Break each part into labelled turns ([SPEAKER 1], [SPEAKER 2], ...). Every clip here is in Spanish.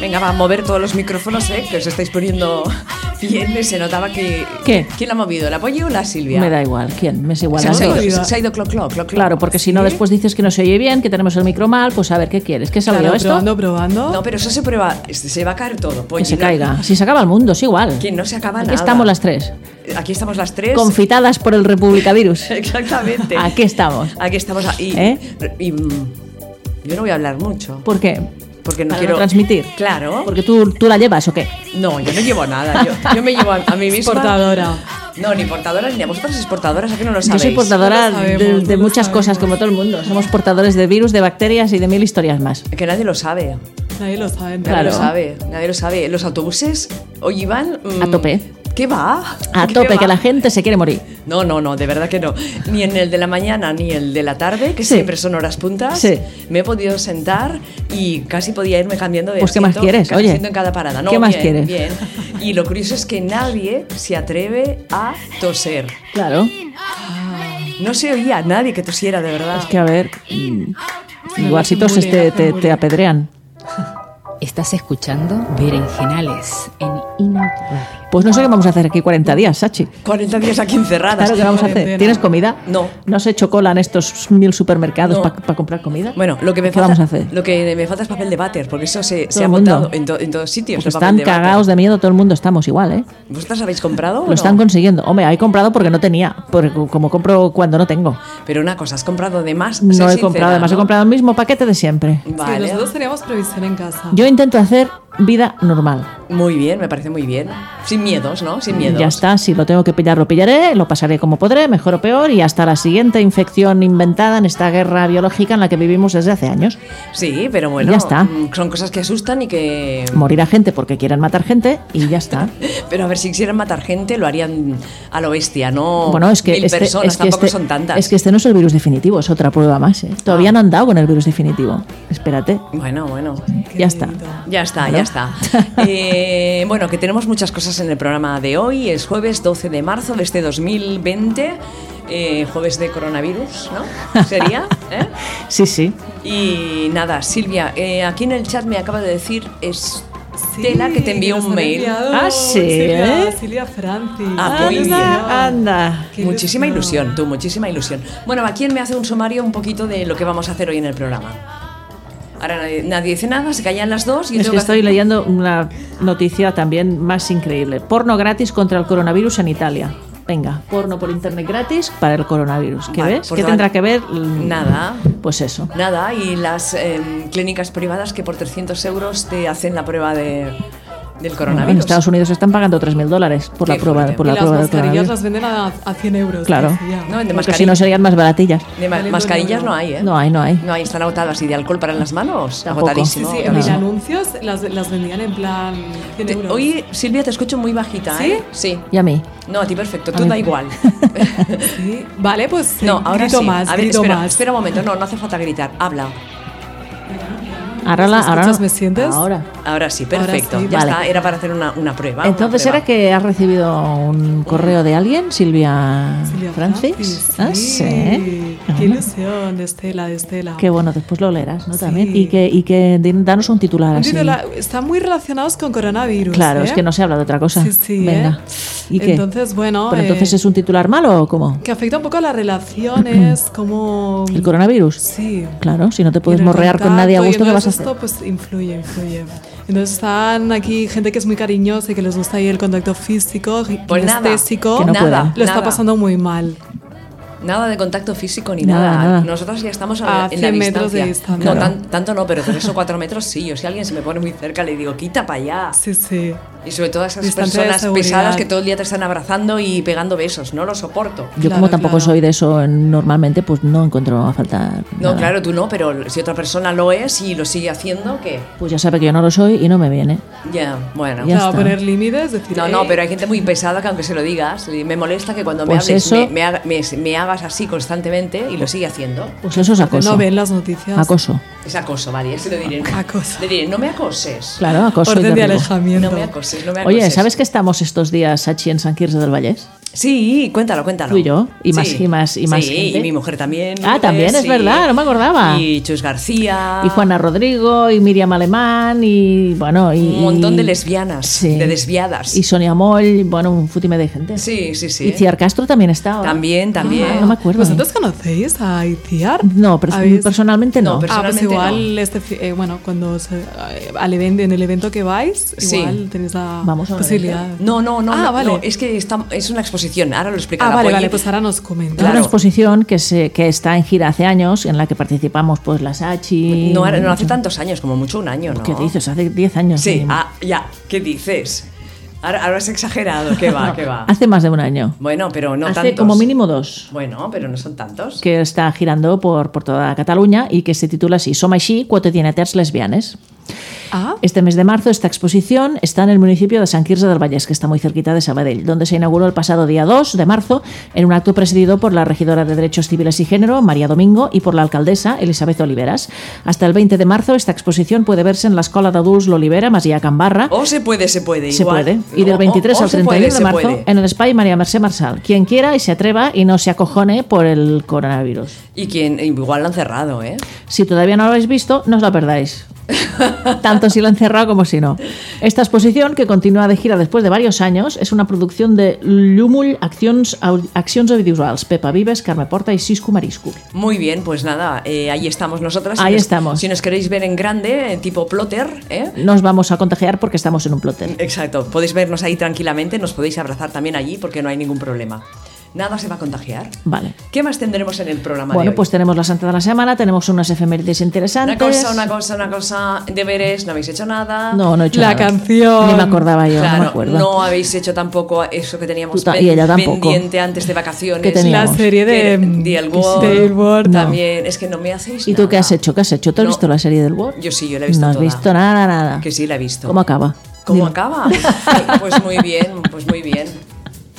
[SPEAKER 1] Venga, va a mover todos los micrófonos, ¿eh? que os estáis poniendo bien. eh, Se notaba que.
[SPEAKER 2] ¿Qué?
[SPEAKER 1] ¿Quién la ha movido? ¿La Polly o la Silvia?
[SPEAKER 2] Me da igual, ¿quién? Me es igual.
[SPEAKER 1] Se ha,
[SPEAKER 2] a mí.
[SPEAKER 1] ido- se ha ido cloc, cloc, cloc, cloc.
[SPEAKER 2] Claro, porque si no
[SPEAKER 1] ¿Sí?
[SPEAKER 2] después dices que no se oye bien, que tenemos el micro mal, pues a ver, ¿qué quieres? ¿Qué salió
[SPEAKER 3] Claro,
[SPEAKER 2] esto?
[SPEAKER 3] probando, probando.
[SPEAKER 1] No, pero eso se prueba. este, Se va a caer todo, Polly.
[SPEAKER 2] Que se
[SPEAKER 1] No-
[SPEAKER 2] caiga. Si se acaba el mundo, es igual.
[SPEAKER 1] Que no se acaba
[SPEAKER 2] Aquí
[SPEAKER 1] nada.
[SPEAKER 2] estamos las tres,
[SPEAKER 1] Aquí estamos las tres.
[SPEAKER 2] confitadas por el República Virus.
[SPEAKER 1] Exactamente.
[SPEAKER 2] Aquí estamos.
[SPEAKER 1] Aquí estamos. Y,
[SPEAKER 2] ¿Eh?
[SPEAKER 1] y, mm, yo no voy a hablar mucho.
[SPEAKER 2] ¿Por qué?
[SPEAKER 1] Porque no
[SPEAKER 2] Pues, Para
[SPEAKER 1] quiero.
[SPEAKER 2] no transmitir.
[SPEAKER 1] Claro.
[SPEAKER 2] Porque tú, tú la llevas o qué?
[SPEAKER 1] No, yo no llevo nada. Yo, yo me llevo a, a mí misma.
[SPEAKER 3] Portadora.
[SPEAKER 1] No, ni portadora ni a vosotras sois portadoras, ¿a que no lo
[SPEAKER 2] Yo
[SPEAKER 1] sabéis?
[SPEAKER 2] soy portadora
[SPEAKER 3] No lo sabemos,
[SPEAKER 2] de,
[SPEAKER 3] no
[SPEAKER 2] de
[SPEAKER 3] lo
[SPEAKER 2] muchas
[SPEAKER 3] sabemos.
[SPEAKER 2] cosas, como todo el mundo. Somos portadores de virus, de bacterias y de mil historias más.
[SPEAKER 1] Que nadie lo sabe.
[SPEAKER 3] Nadie lo sabe.
[SPEAKER 1] Nadie
[SPEAKER 2] Claro.
[SPEAKER 1] lo sabe. Nadie lo sabe. Los autobuses hoy iban. mm,
[SPEAKER 2] A tope.
[SPEAKER 1] ¿Qué va?
[SPEAKER 2] A
[SPEAKER 1] ¿Qué
[SPEAKER 2] tope,
[SPEAKER 1] va?
[SPEAKER 2] que la gente se quiere morir.
[SPEAKER 1] No, no, no, de verdad que no. Ni en el de la mañana ni el de la tarde, que
[SPEAKER 2] Sí.
[SPEAKER 1] siempre son horas puntas,
[SPEAKER 2] Sí.
[SPEAKER 1] me he podido sentar y casi podía irme cambiando de
[SPEAKER 2] Pues, ¿qué
[SPEAKER 1] asiento,
[SPEAKER 2] más quieres?
[SPEAKER 1] cada
[SPEAKER 2] Oye,
[SPEAKER 1] asiento en cada parada. No,
[SPEAKER 2] ¿qué más
[SPEAKER 1] bien,
[SPEAKER 2] quieres?
[SPEAKER 1] Bien. Y lo curioso es que nadie se atreve a toser.
[SPEAKER 2] Claro.
[SPEAKER 1] No se oía a nadie que tosiera, de verdad.
[SPEAKER 2] Es que a ver. mm, Igual si
[SPEAKER 3] hacen
[SPEAKER 2] toses
[SPEAKER 3] bullying,
[SPEAKER 2] te,
[SPEAKER 3] hacen
[SPEAKER 2] te- te
[SPEAKER 3] bullying.
[SPEAKER 2] apedrean.
[SPEAKER 4] Estás escuchando Berenjenales en Ina Radio.
[SPEAKER 2] Pues no sé qué vamos a hacer aquí 40 días, Sachi.
[SPEAKER 1] 40 días aquí encerradas.
[SPEAKER 2] Claro que vamos a hacer.
[SPEAKER 3] cuarentena.
[SPEAKER 2] ¿Tienes comida?
[SPEAKER 1] No.
[SPEAKER 2] ¿No se chocolan estos mil supermercados
[SPEAKER 1] No.
[SPEAKER 2] para comprar comida?
[SPEAKER 1] Bueno, lo que me
[SPEAKER 2] ¿Qué
[SPEAKER 1] falta,
[SPEAKER 2] vamos a hacer?
[SPEAKER 1] lo que me falta es papel de váter, porque eso se, se
[SPEAKER 2] el
[SPEAKER 1] ha
[SPEAKER 2] mundo.
[SPEAKER 1] agotado en, to- en todos sitios.
[SPEAKER 2] Pues
[SPEAKER 1] el papel
[SPEAKER 2] están
[SPEAKER 1] de váter.
[SPEAKER 2] cagados de miedo, todo el mundo estamos igual, ¿eh?
[SPEAKER 1] ¿Vosotras habéis comprado? o
[SPEAKER 2] Lo están
[SPEAKER 1] no?
[SPEAKER 2] consiguiendo. Hombre, he comprado porque no tenía, porque como compro cuando no tengo.
[SPEAKER 1] Pero una cosa, ¿has comprado de más? Sé
[SPEAKER 2] No he
[SPEAKER 1] sincera,
[SPEAKER 2] comprado, además he
[SPEAKER 1] ¿no?
[SPEAKER 2] comprado el mismo paquete de siempre.
[SPEAKER 3] Sí,
[SPEAKER 1] Vale.
[SPEAKER 3] nosotros teníamos previsión en casa.
[SPEAKER 2] Yo intento hacer vida normal.
[SPEAKER 1] Muy bien, me parece muy bien. Sin miedos, ¿no? Sin miedos.
[SPEAKER 2] Ya está, si lo tengo que pillar, lo pillaré, lo pasaré como podré, mejor o peor, y hasta la siguiente infección inventada en esta guerra biológica en la que vivimos desde hace años.
[SPEAKER 1] Sí, pero bueno.
[SPEAKER 2] Ya está.
[SPEAKER 1] mm, Son cosas que asustan y que.
[SPEAKER 2] Morirá gente porque quieran matar gente y ya está.
[SPEAKER 1] Pero a ver, si quisieran matar gente, lo harían a lo bestia, ¿no?
[SPEAKER 2] Bueno, es que,
[SPEAKER 1] Oh, Mil
[SPEAKER 2] este,
[SPEAKER 1] personas,
[SPEAKER 2] es que
[SPEAKER 1] tampoco
[SPEAKER 2] este-
[SPEAKER 1] son tantas.
[SPEAKER 2] es que este no es el virus definitivo, es otra prueba más. ¿eh? Todavía no han dado con el virus definitivo. Espérate,
[SPEAKER 1] Bueno, bueno.
[SPEAKER 2] ya está.
[SPEAKER 1] Ya está,
[SPEAKER 2] Claro.
[SPEAKER 1] ya está. Eh, bueno, que tenemos muchas cosas en el programa de hoy. Es jueves 12 de marzo de este 2020. eh, jueves de coronavirus, ¿no? Sería. ¿eh?
[SPEAKER 2] Sí, sí.
[SPEAKER 1] Y nada, Silvia, eh, aquí en el chat me acaba de decir Estela que te envió
[SPEAKER 3] nos
[SPEAKER 1] un
[SPEAKER 3] han
[SPEAKER 1] mail.
[SPEAKER 3] enviado
[SPEAKER 2] Ah, sí,
[SPEAKER 3] Silvia,
[SPEAKER 2] ¿eh?
[SPEAKER 3] Silvia Francis.
[SPEAKER 1] Ah, muy bien.
[SPEAKER 2] anda.
[SPEAKER 3] Qué
[SPEAKER 1] Muchísima ilusión, tú, muchísima ilusión. Bueno, ¿a quién me hace un sumario un poquito de lo que vamos a hacer hoy en el programa? Ahora nadie, nadie dice nada, se callan las dos y yo
[SPEAKER 2] Es
[SPEAKER 1] tengo
[SPEAKER 2] que
[SPEAKER 1] que hacer-
[SPEAKER 2] estoy leyendo una noticia también más increíble. Porno gratis contra el coronavirus en Italia. Venga, porno por internet gratis para el coronavirus. ¿Qué
[SPEAKER 1] Vale,
[SPEAKER 2] ves?
[SPEAKER 1] pues
[SPEAKER 2] ¿Qué
[SPEAKER 1] nada.
[SPEAKER 2] tendrá que ver? Mm,
[SPEAKER 1] Nada.
[SPEAKER 2] Pues eso.
[SPEAKER 1] Nada, y las em, clínicas privadas que por 300 euros te hacen la prueba de, del
[SPEAKER 2] en
[SPEAKER 1] coronavirus.
[SPEAKER 2] Estados Unidos están pagando 3.000 dólares por la
[SPEAKER 1] Qué
[SPEAKER 2] prueba,
[SPEAKER 1] fuerte.
[SPEAKER 2] por
[SPEAKER 3] Y
[SPEAKER 2] la
[SPEAKER 3] las
[SPEAKER 2] prueba del
[SPEAKER 3] mascarillas
[SPEAKER 2] coronavirus.
[SPEAKER 3] las venden a, a 100 euros.
[SPEAKER 2] Claro.
[SPEAKER 3] casi ya.
[SPEAKER 1] No, de
[SPEAKER 2] Porque
[SPEAKER 1] mascarilla-
[SPEAKER 2] si no serían más baratillas.
[SPEAKER 1] de ma-
[SPEAKER 3] Vale,
[SPEAKER 1] mascarillas
[SPEAKER 3] bueno.
[SPEAKER 1] no hay, ¿eh?
[SPEAKER 2] No hay, no hay.
[SPEAKER 1] No hay, están agotadas. ¿Y de alcohol para las manos?
[SPEAKER 2] Tampoco.
[SPEAKER 3] Sí,
[SPEAKER 1] Agotadísimo.
[SPEAKER 3] sí,
[SPEAKER 2] No.
[SPEAKER 3] en
[SPEAKER 1] agotadísimo.
[SPEAKER 3] anuncios las, las vendían en plan 100
[SPEAKER 1] Te-
[SPEAKER 3] euros.
[SPEAKER 1] hoy, Silvia, te escucho muy bajita,
[SPEAKER 3] ¿Sí?
[SPEAKER 1] ¿eh? Sí.
[SPEAKER 2] Y a mí.
[SPEAKER 1] No, a ti perfecto,
[SPEAKER 2] A
[SPEAKER 1] tú
[SPEAKER 2] mí-
[SPEAKER 1] da igual.
[SPEAKER 3] Sí. Vale, pues
[SPEAKER 1] No, ahora
[SPEAKER 3] grito
[SPEAKER 1] sí.
[SPEAKER 3] más,
[SPEAKER 1] a ver,
[SPEAKER 3] grito
[SPEAKER 1] espera,
[SPEAKER 3] más.
[SPEAKER 1] espera un momento, no, no hace falta gritar, habla.
[SPEAKER 2] Ahora, la, ahora
[SPEAKER 3] ¿Escuchas? ¿Me sientes?
[SPEAKER 2] Ahora.
[SPEAKER 1] Ahora sí,
[SPEAKER 3] Ahora
[SPEAKER 1] perfecto.
[SPEAKER 3] sí.
[SPEAKER 1] Ya
[SPEAKER 2] Vale.
[SPEAKER 1] está, era para hacer una, una prueba.
[SPEAKER 2] Entonces,
[SPEAKER 1] una
[SPEAKER 2] ¿era
[SPEAKER 1] prueba.
[SPEAKER 2] que has recibido un correo de alguien, Silvia,
[SPEAKER 3] Silvia
[SPEAKER 2] Francis? Ah, sí. Ah,
[SPEAKER 3] sí. Qué ilusión, de Estela, de Estela.
[SPEAKER 2] Qué bueno, después lo leerás, ¿no?
[SPEAKER 3] Sí.
[SPEAKER 2] También. Y que, y que din- danos un titular
[SPEAKER 3] Un
[SPEAKER 2] así.
[SPEAKER 3] título, la- Están muy relacionados con coronavirus.
[SPEAKER 2] Ah, Claro,
[SPEAKER 3] ¿eh?
[SPEAKER 2] es que no se habla de otra cosa.
[SPEAKER 3] Sí, sí,
[SPEAKER 2] Venga.
[SPEAKER 3] ¿eh?
[SPEAKER 2] ¿Y qué?
[SPEAKER 3] Entonces, bueno,
[SPEAKER 2] ¿Pero
[SPEAKER 3] eh,
[SPEAKER 2] entonces es un titular malo o cómo?
[SPEAKER 3] Que afecta un poco a las relaciones, como.
[SPEAKER 2] Mm. ¿El coronavirus?
[SPEAKER 3] Sí.
[SPEAKER 2] Claro, si no te puedes
[SPEAKER 3] Y en el
[SPEAKER 2] morrear con nadie a
[SPEAKER 3] contacto, y
[SPEAKER 2] gusto, ¿qué vas a
[SPEAKER 3] entonces
[SPEAKER 2] hacer?
[SPEAKER 3] Esto pues influye, influye. Entonces están aquí gente que es muy cariñosa y que les gusta ahí el contacto físico,
[SPEAKER 1] Pues nada,
[SPEAKER 3] kinestésico.
[SPEAKER 2] Que no
[SPEAKER 1] nada,
[SPEAKER 2] pueden.
[SPEAKER 1] nada.
[SPEAKER 3] Lo está pasando muy mal.
[SPEAKER 1] Nada de contacto físico ni nada.
[SPEAKER 2] Nada, nada.
[SPEAKER 1] Nosotros ya estamos a,
[SPEAKER 3] A
[SPEAKER 1] en la
[SPEAKER 3] 100 metros
[SPEAKER 1] distancia.
[SPEAKER 3] de distancia.
[SPEAKER 1] No,
[SPEAKER 2] Claro.
[SPEAKER 1] tan- tanto no, pero tres o cuatro metros sí. Yo si alguien se me pone muy cerca le digo, quita para allá.
[SPEAKER 3] Sí, sí.
[SPEAKER 1] Y sobre todo a esas
[SPEAKER 3] Distancia de
[SPEAKER 1] personas
[SPEAKER 3] seguridad.
[SPEAKER 1] pesadas que todo el día te están abrazando y pegando besos. No lo soporto.
[SPEAKER 2] Yo como
[SPEAKER 3] Claro,
[SPEAKER 2] tampoco
[SPEAKER 3] claro.
[SPEAKER 2] soy de eso en- normalmente, pues no encuentro a falta
[SPEAKER 1] No,
[SPEAKER 2] nada.
[SPEAKER 1] claro, tú no, pero si otra persona lo es y lo sigue haciendo, ¿qué?
[SPEAKER 2] Pues ya sabe que yo no lo soy y no me viene.
[SPEAKER 1] Ya, bueno.
[SPEAKER 2] Ya
[SPEAKER 3] O sea,
[SPEAKER 2] está.
[SPEAKER 3] poner límites, decir. eh,
[SPEAKER 1] No, no,
[SPEAKER 3] "Ey,
[SPEAKER 1] pero hay gente muy pesada que aunque se lo digas, y me molesta que cuando me
[SPEAKER 2] Pues
[SPEAKER 1] hables
[SPEAKER 2] eso-
[SPEAKER 1] me, me haga- me- me hagas así constantemente y lo sigue haciendo.
[SPEAKER 2] Pues eso es acoso.
[SPEAKER 3] No ven las noticias.
[SPEAKER 2] Acoso.
[SPEAKER 1] Es acoso, vale, se lo diré.
[SPEAKER 3] Acoso.
[SPEAKER 1] Le diré, no me acoses.
[SPEAKER 2] Claro, acoso. y
[SPEAKER 3] Orden de
[SPEAKER 2] derribo.
[SPEAKER 3] alejamiento.
[SPEAKER 1] No me acoses, no me acoses.
[SPEAKER 2] Oye, ¿sabes que estamos estos días, Sachi, en San Quirze del Vallés?
[SPEAKER 1] Sí, cuéntalo, cuéntalo.
[SPEAKER 2] Tú y yo, y más-
[SPEAKER 1] Sí.
[SPEAKER 2] y más- y más
[SPEAKER 1] Sí,
[SPEAKER 2] gente.
[SPEAKER 1] y mi mujer también.
[SPEAKER 2] Ah, también, es
[SPEAKER 1] y-
[SPEAKER 2] verdad, no me acordaba.
[SPEAKER 1] Y Chus García.
[SPEAKER 2] Y Juana Rodrigo, y Miriam Alemán, y bueno, y.
[SPEAKER 1] Un montón de lesbianas,
[SPEAKER 2] Sí.
[SPEAKER 1] de desviadas.
[SPEAKER 2] Y Sonia Moll, bueno, un futime de gente.
[SPEAKER 1] sí, sí, sí.
[SPEAKER 2] Y Ciar Castro también estaba.
[SPEAKER 1] También, también.
[SPEAKER 2] Ah, no me acuerdo. ¿eh?
[SPEAKER 3] ¿Vosotros conocéis a Itiar?
[SPEAKER 2] No, pero
[SPEAKER 3] ¿Habéis-
[SPEAKER 2] personalmente no.
[SPEAKER 1] No, pero-
[SPEAKER 3] Ah, pues
[SPEAKER 1] Personalmente
[SPEAKER 3] igual, este, fi- eh, bueno, cuando se- eh, al evento, en el evento que vais,
[SPEAKER 1] Sí.
[SPEAKER 3] igual tenéis la
[SPEAKER 2] Vamos a un
[SPEAKER 3] posibilidad.
[SPEAKER 1] No, no, no,
[SPEAKER 3] Ah,
[SPEAKER 1] no,
[SPEAKER 3] vale.
[SPEAKER 1] no, es que está- es una exposición, ahora lo explica
[SPEAKER 3] Ah,
[SPEAKER 1] la
[SPEAKER 3] vale,
[SPEAKER 1] Polly.
[SPEAKER 3] vale, pues ahora nos comenta.
[SPEAKER 2] Hay
[SPEAKER 1] claro.
[SPEAKER 2] Una exposición que, se, que está en gira hace años, en la que participamos pues la Sachi.
[SPEAKER 1] no, ahora- no hace
[SPEAKER 2] mucho-
[SPEAKER 1] tantos años, como mucho un año, ¿no?
[SPEAKER 2] Pues, ¿Qué dices? Hace 10 años.
[SPEAKER 1] Sí,
[SPEAKER 2] mínimo.
[SPEAKER 1] ah, ya, ¿qué dices? Ahora, ahora has exagerado, ¿qué va, qué va?
[SPEAKER 2] Hace más de un año.
[SPEAKER 1] Bueno, pero no
[SPEAKER 2] hace
[SPEAKER 1] tantos.
[SPEAKER 2] como mínimo dos.
[SPEAKER 1] Bueno, pero no son tantos.
[SPEAKER 2] Que está girando por, por toda Cataluña y que se titula así: Som així, quotidianeters lesbianes.
[SPEAKER 3] Ah,
[SPEAKER 2] Este mes de marzo esta exposición está en el municipio de San Quirze del Vallès, que está muy cerquita de Sabadell, donde se inauguró el pasado día 2 de marzo en un acto presidido por la regidora de Derechos Civiles y Género, María Domingo, y por la alcaldesa, Elizabeth Oliveras. Hasta el 20 de marzo esta exposición puede verse en la Escola d'Adults L'Olivera, Masia Can Barra.
[SPEAKER 1] O se puede, se puede.
[SPEAKER 2] Se
[SPEAKER 1] igual.
[SPEAKER 2] puede. Y del
[SPEAKER 1] O-
[SPEAKER 2] 23
[SPEAKER 1] o- o
[SPEAKER 2] al
[SPEAKER 1] se puede,
[SPEAKER 2] 31 de
[SPEAKER 1] se
[SPEAKER 2] marzo
[SPEAKER 1] puede.
[SPEAKER 2] en el Spy María Mercè Marsal. Quien quiera y se atreva y no se acojone por el coronavirus.
[SPEAKER 1] Y quien eh, igual la han cerrado, ¿eh?
[SPEAKER 2] Si todavía no lo habéis visto, no os la perdáis. Tanto si la han cerrado como si no. Esta exposición, que continúa de gira después de varios años, es una producción de Llúmul Accions, Au- Accions Audiovisuals, Pepa Vives, Carme Porta y Siscu Mariscu.
[SPEAKER 1] Muy bien, pues nada, eh, ahí estamos nosotras. Si
[SPEAKER 2] Ahí
[SPEAKER 1] nos-
[SPEAKER 2] estamos.
[SPEAKER 1] Si nos queréis ver en grande, eh, tipo plotter, ¿eh?
[SPEAKER 2] Nos vamos a contagiar porque estamos en un plotter.
[SPEAKER 1] Exacto, podéis vernos ahí tranquilamente, nos podéis abrazar también allí porque no hay ningún problema. Nada se va a contagiar.
[SPEAKER 2] Vale.
[SPEAKER 1] ¿Qué más tendremos en el programa de
[SPEAKER 2] Bueno,
[SPEAKER 1] hoy?
[SPEAKER 2] pues tenemos la Santa de la Semana, tenemos unas efemérides interesantes.
[SPEAKER 1] una cosa, una cosa, una cosa, deberes, no habéis hecho nada.
[SPEAKER 2] No, no he hecho
[SPEAKER 3] La
[SPEAKER 2] nada.
[SPEAKER 3] canción.
[SPEAKER 2] Ni me acordaba yo, no
[SPEAKER 1] Claro,
[SPEAKER 2] me acuerdo.
[SPEAKER 1] no habéis hecho tampoco eso que teníamos
[SPEAKER 2] Tú ta- y ella tampoco.
[SPEAKER 1] pendiente antes de vacaciones.
[SPEAKER 2] ¿Qué teníamos?
[SPEAKER 3] La serie de-
[SPEAKER 1] Que-
[SPEAKER 3] mm,
[SPEAKER 1] The World,
[SPEAKER 3] de El World.
[SPEAKER 2] No.
[SPEAKER 1] También. Es que no me hacéis
[SPEAKER 2] ¿Y tú qué
[SPEAKER 1] nada.
[SPEAKER 2] has hecho? ¿Qué has hecho? ¿Tú has
[SPEAKER 1] No.
[SPEAKER 2] visto la serie del Word?
[SPEAKER 1] Yo sí, yo la he visto
[SPEAKER 2] No has
[SPEAKER 1] toda.
[SPEAKER 2] visto nada, nada.
[SPEAKER 1] Que sí, la he visto.
[SPEAKER 2] ¿Cómo acaba?
[SPEAKER 1] ¿Cómo
[SPEAKER 2] Dime.
[SPEAKER 1] acaba? pues muy bien, pues muy bien.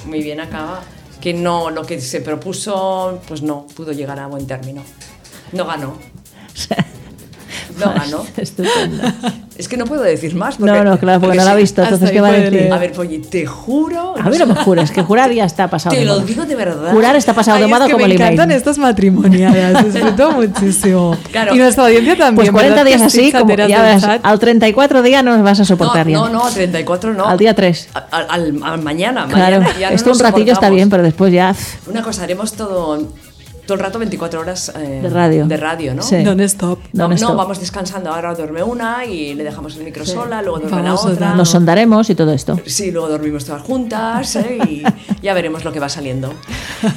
[SPEAKER 1] Muy bien acaba. Que no, lo que se propuso, pues no, pudo llegar a buen término. No ganó. No ganó.
[SPEAKER 2] Estupendo.
[SPEAKER 1] Es que no puedo decir más. Porque,
[SPEAKER 2] No, no, claro, porque no la ha
[SPEAKER 1] sí.
[SPEAKER 2] visto,
[SPEAKER 3] hasta
[SPEAKER 2] entonces
[SPEAKER 3] ahí
[SPEAKER 2] ¿qué va a
[SPEAKER 3] puede
[SPEAKER 2] decir?
[SPEAKER 3] leer.
[SPEAKER 1] A ver, Polly, te juro.
[SPEAKER 2] A ver, no me jures, que jurar ya está pasado.
[SPEAKER 1] Te
[SPEAKER 2] de
[SPEAKER 1] lo
[SPEAKER 2] moda.
[SPEAKER 1] digo de verdad.
[SPEAKER 2] Jurar está pasado
[SPEAKER 3] Ay,
[SPEAKER 2] de
[SPEAKER 3] es
[SPEAKER 2] moda
[SPEAKER 3] que
[SPEAKER 2] como
[SPEAKER 3] me
[SPEAKER 2] el email.
[SPEAKER 3] encantan estas matrimoniales, disfruto muchísimo.
[SPEAKER 1] Claro.
[SPEAKER 3] Y nuestra audiencia también.
[SPEAKER 2] Pues 40
[SPEAKER 3] ¿verdad
[SPEAKER 2] días
[SPEAKER 3] que sí,
[SPEAKER 2] así, como
[SPEAKER 3] chateras
[SPEAKER 2] ya
[SPEAKER 3] del
[SPEAKER 2] ves,
[SPEAKER 3] chat?
[SPEAKER 2] al 34 día no nos vas a
[SPEAKER 1] No,
[SPEAKER 2] soportar ya.
[SPEAKER 1] no, no, a 34 no.
[SPEAKER 2] Al día 3.
[SPEAKER 1] A- Al, al- al mañana,
[SPEAKER 2] Claro,
[SPEAKER 1] mañana ya no
[SPEAKER 2] esto
[SPEAKER 1] nos
[SPEAKER 2] un ratillo está
[SPEAKER 1] soportamos.
[SPEAKER 2] bien, pero después ya... pff,
[SPEAKER 1] Una cosa, haremos todo, todo el rato 24 horas eh,
[SPEAKER 2] De radio.
[SPEAKER 1] de radio, ¿no?
[SPEAKER 2] Sí.
[SPEAKER 3] Non stop.
[SPEAKER 1] No,
[SPEAKER 2] non-stop.
[SPEAKER 1] no, vamos descansando. Ahora duerme una y le dejamos el micro sola, luego duerme
[SPEAKER 3] Vamos
[SPEAKER 1] la otra.
[SPEAKER 3] rotando.
[SPEAKER 2] Nos sondaremos y todo esto.
[SPEAKER 1] Sí, luego dormimos todas juntas ¿eh? y ya veremos lo que va saliendo.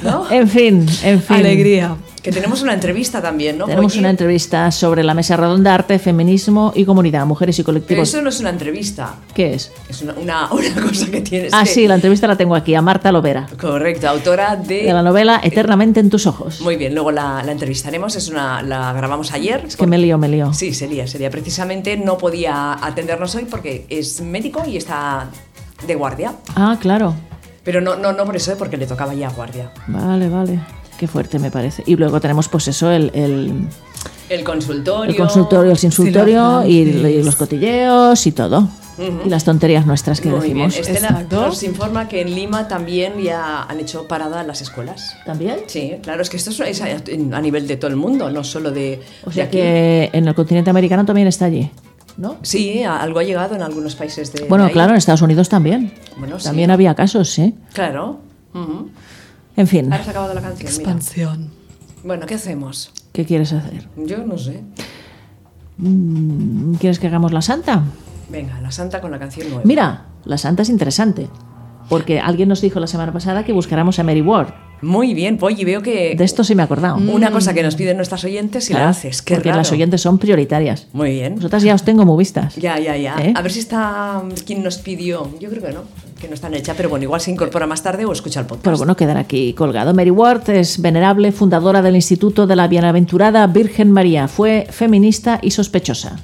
[SPEAKER 1] ¿no?
[SPEAKER 2] En fin, en fin.
[SPEAKER 3] Alegría.
[SPEAKER 1] que tenemos una entrevista también, ¿no?
[SPEAKER 2] Tenemos
[SPEAKER 1] Oye,
[SPEAKER 2] una entrevista sobre la mesa redonda Arte, Feminismo y Comunidad, Mujeres y
[SPEAKER 1] Pero
[SPEAKER 2] Colectivos.
[SPEAKER 1] eso no es una entrevista,
[SPEAKER 2] ¿Qué es?
[SPEAKER 1] es una, una, una cosa que tienes.
[SPEAKER 2] ah,
[SPEAKER 1] que-
[SPEAKER 2] sí, la entrevista la tengo aquí, a Marta Lovera,
[SPEAKER 1] Correcto, autora de.
[SPEAKER 2] de la novela Eternamente en tus ojos.
[SPEAKER 1] Muy bien, luego la, la entrevistaremos, es una, la grabamos ayer.
[SPEAKER 2] Es que me lío, me lío.
[SPEAKER 1] Sí, sería, sería. Precisamente no podía atendernos hoy porque es médico y está de guardia.
[SPEAKER 2] Ah, claro.
[SPEAKER 1] Pero no, no, no por eso, ¿eh? porque le tocaba ya guardia.
[SPEAKER 2] Vale, vale. Qué fuerte me parece. Y luego tenemos, pues eso, el, el,
[SPEAKER 1] El consultorio.
[SPEAKER 2] el consultorio, el sinsultorio
[SPEAKER 3] Sí,
[SPEAKER 2] y,
[SPEAKER 3] los
[SPEAKER 2] y los cotilleos y todo. Y las tonterías nuestras que
[SPEAKER 1] Muy bien. este
[SPEAKER 2] decimos.
[SPEAKER 1] Estela
[SPEAKER 3] Exacto.
[SPEAKER 1] nos informa que en Lima también ya han hecho parada las escuelas.
[SPEAKER 2] ¿También?
[SPEAKER 1] Sí, claro, es que esto es es a a nivel de todo el mundo, no solo de,
[SPEAKER 2] O
[SPEAKER 1] de
[SPEAKER 2] sea
[SPEAKER 1] aquí.
[SPEAKER 2] que en el continente americano también está allí, ¿no?
[SPEAKER 1] Sí, a- algo ha llegado en algunos países de.
[SPEAKER 2] Bueno,
[SPEAKER 1] de ahí.
[SPEAKER 2] claro, en Estados Unidos también.
[SPEAKER 1] Bueno, sí.
[SPEAKER 2] También había casos, ¿eh? sí.
[SPEAKER 1] Claro. Ujú.
[SPEAKER 2] En fin,
[SPEAKER 1] Ahora se ha acabado la canción. mira.
[SPEAKER 3] Expansión.
[SPEAKER 1] Bueno, ¿qué hacemos?
[SPEAKER 2] ¿qué quieres hacer?
[SPEAKER 1] Yo no sé.
[SPEAKER 2] Mm, ¿Quieres que hagamos la santa?
[SPEAKER 1] Venga, la santa con la canción nueva.
[SPEAKER 2] Mira, la santa es interesante. Porque alguien nos dijo la semana pasada que buscáramos a Mary Ward.
[SPEAKER 1] Muy bien, Polly, veo que
[SPEAKER 2] De esto sí me he acordado.
[SPEAKER 1] una cosa que nos piden nuestras oyentes y Mm, la
[SPEAKER 2] Claro,
[SPEAKER 1] haces. Qué
[SPEAKER 2] porque
[SPEAKER 1] raro.
[SPEAKER 2] las oyentes son prioritarias.
[SPEAKER 1] Muy bien.
[SPEAKER 2] Vosotras ya os tengo muy vistas.
[SPEAKER 1] Ya, ya, ya.
[SPEAKER 2] ¿Eh?
[SPEAKER 1] A ver si está mm, quien nos pidió. Yo creo que no, que no está en el chat, pero bueno, igual se incorpora más tarde o escucha el podcast.
[SPEAKER 2] Pero bueno, quedar aquí colgado. Mary Ward es venerable, fundadora del Instituto de la Bienaventurada Virgen María. Fue feminista y sospechosa.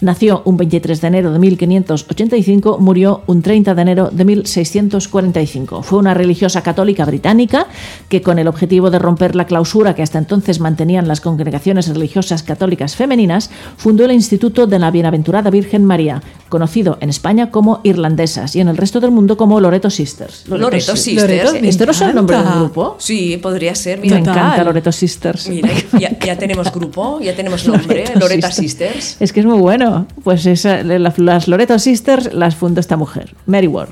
[SPEAKER 2] Nació un 23 de enero de 1585, murió un 30 de enero de 1645. Fue una religiosa católica británica que con el objetivo de romper la clausura que hasta entonces mantenían las congregaciones religiosas católicas femeninas, fundó el Instituto de la Bienaventurada Virgen María, conocido en España como Irlandesas y en el resto del mundo como Loreto Sisters.
[SPEAKER 1] Loreto
[SPEAKER 2] Si-
[SPEAKER 1] Sisters.
[SPEAKER 3] Loreto,
[SPEAKER 1] eh,
[SPEAKER 3] me
[SPEAKER 2] ¿Esto no es el nombre del
[SPEAKER 3] encanta.
[SPEAKER 2] grupo?
[SPEAKER 1] Sí, podría ser.
[SPEAKER 2] Me
[SPEAKER 1] Mira,
[SPEAKER 2] encanta Loreto Sisters.
[SPEAKER 1] Mira, ya, ya tenemos grupo, ya tenemos nombre,
[SPEAKER 2] Loreto
[SPEAKER 1] Loreta Sisters.
[SPEAKER 2] Es que es muy bueno. Pues esa- la- las Loreto Sisters las fundó esta mujer, Mary Ward.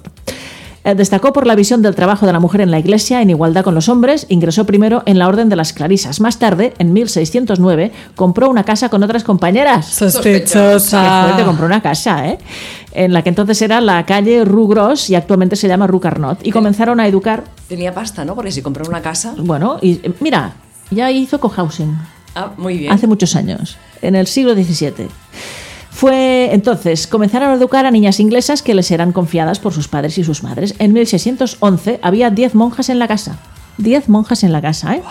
[SPEAKER 2] Eh, Destacó por la visión del trabajo de la mujer en la iglesia en igualdad con los hombres, ingresó primero en la Orden de las Clarisas. Más tarde, en 1609, compró una casa con otras compañeras. Qué fuerte, compró
[SPEAKER 3] Sospechosa.
[SPEAKER 2] una casa, ¿eh? En la que entonces era la calle Rue Gros y actualmente se llama Rue Carnot. Y comenzaron a educar,
[SPEAKER 1] Tenía pasta, ¿no? Porque si compró una casa.
[SPEAKER 2] bueno, y eh, mira, ya hizo cohousing.
[SPEAKER 1] Ah, muy bien.
[SPEAKER 2] hace muchos años, en el siglo XVII. Fue entonces, comenzaron a educar a niñas inglesas que les eran confiadas por sus padres y sus madres. En 1611 había 10 monjas en la casa. 10 monjas en la casa, ¿eh?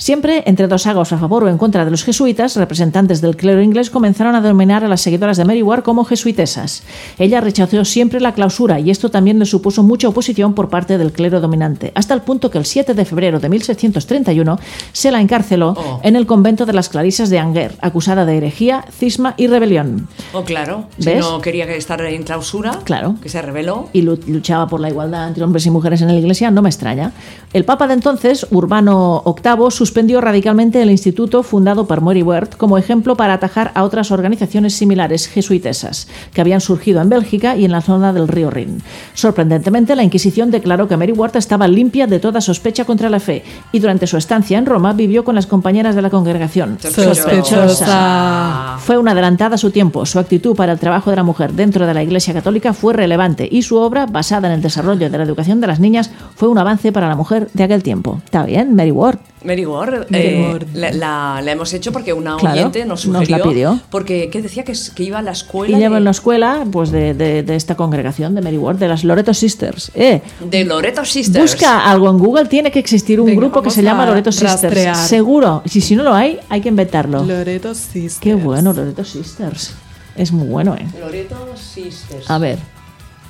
[SPEAKER 2] Siempre entre dos sagos a favor o en contra de los jesuitas, representantes del clero inglés comenzaron a denominar a las seguidoras de Mary Ward como jesuitesas. Ella rechazó siempre la clausura y esto también le supuso mucha oposición por parte del clero dominante, hasta el punto que el 7 de febrero de 1631 se la encarceló
[SPEAKER 1] Oh.
[SPEAKER 2] en el convento de las Clarisas de Angers, acusada de herejía, cisma y rebelión.
[SPEAKER 1] Oh, claro. Si
[SPEAKER 2] ¿Ves?
[SPEAKER 1] no quería que estar en clausura,
[SPEAKER 2] Claro.
[SPEAKER 1] que se reveló.
[SPEAKER 2] y lu- luchaba por la igualdad entre hombres y mujeres en la Iglesia, no me extraña. El Papa de entonces, Urbano VIII, suspendió radicalmente el instituto fundado por Mary Ward como ejemplo para atajar a otras organizaciones similares jesuitesas que habían surgido en Bélgica y en la zona del río Rin. Sorprendentemente, la Inquisición declaró que Mary Ward estaba limpia de toda sospecha contra la fe y durante su estancia en Roma vivió con las compañeras de la congregación.
[SPEAKER 3] Sospechosa.
[SPEAKER 2] Fue una adelantada a su tiempo. Su actitud para el trabajo de la mujer dentro de la Iglesia Católica fue relevante y su obra, basada en el desarrollo de la educación de las niñas, fue un avance para la mujer de aquel tiempo. Está bien, Mary Ward.
[SPEAKER 1] Mary Ward,
[SPEAKER 3] Mary
[SPEAKER 1] eh,
[SPEAKER 3] Ward.
[SPEAKER 1] la, la- la hemos hecho porque una
[SPEAKER 2] Claro,
[SPEAKER 1] oyente nos
[SPEAKER 2] nos la
[SPEAKER 1] sugirió.
[SPEAKER 2] pidió.
[SPEAKER 1] Porque que decía que, es- que iba a la escuela.
[SPEAKER 2] Y lleva
[SPEAKER 1] de-
[SPEAKER 2] en la escuela pues, de, de- de esta congregación de Mary Ward, de las Loreto Sisters. Eh,
[SPEAKER 1] De Loreto Sisters.
[SPEAKER 2] busca algo en Google, tiene que existir un
[SPEAKER 3] Venga,
[SPEAKER 2] grupo que
[SPEAKER 3] vamos
[SPEAKER 2] se llama
[SPEAKER 3] a
[SPEAKER 2] Loreto Sisters.
[SPEAKER 3] rastrear.
[SPEAKER 2] Seguro. Y si no lo hay, hay que inventarlo.
[SPEAKER 3] Loreto Sisters.
[SPEAKER 2] Qué bueno, Loreto Sisters. Es muy bueno, ¿eh?
[SPEAKER 1] Loreto Sisters.
[SPEAKER 2] A ver.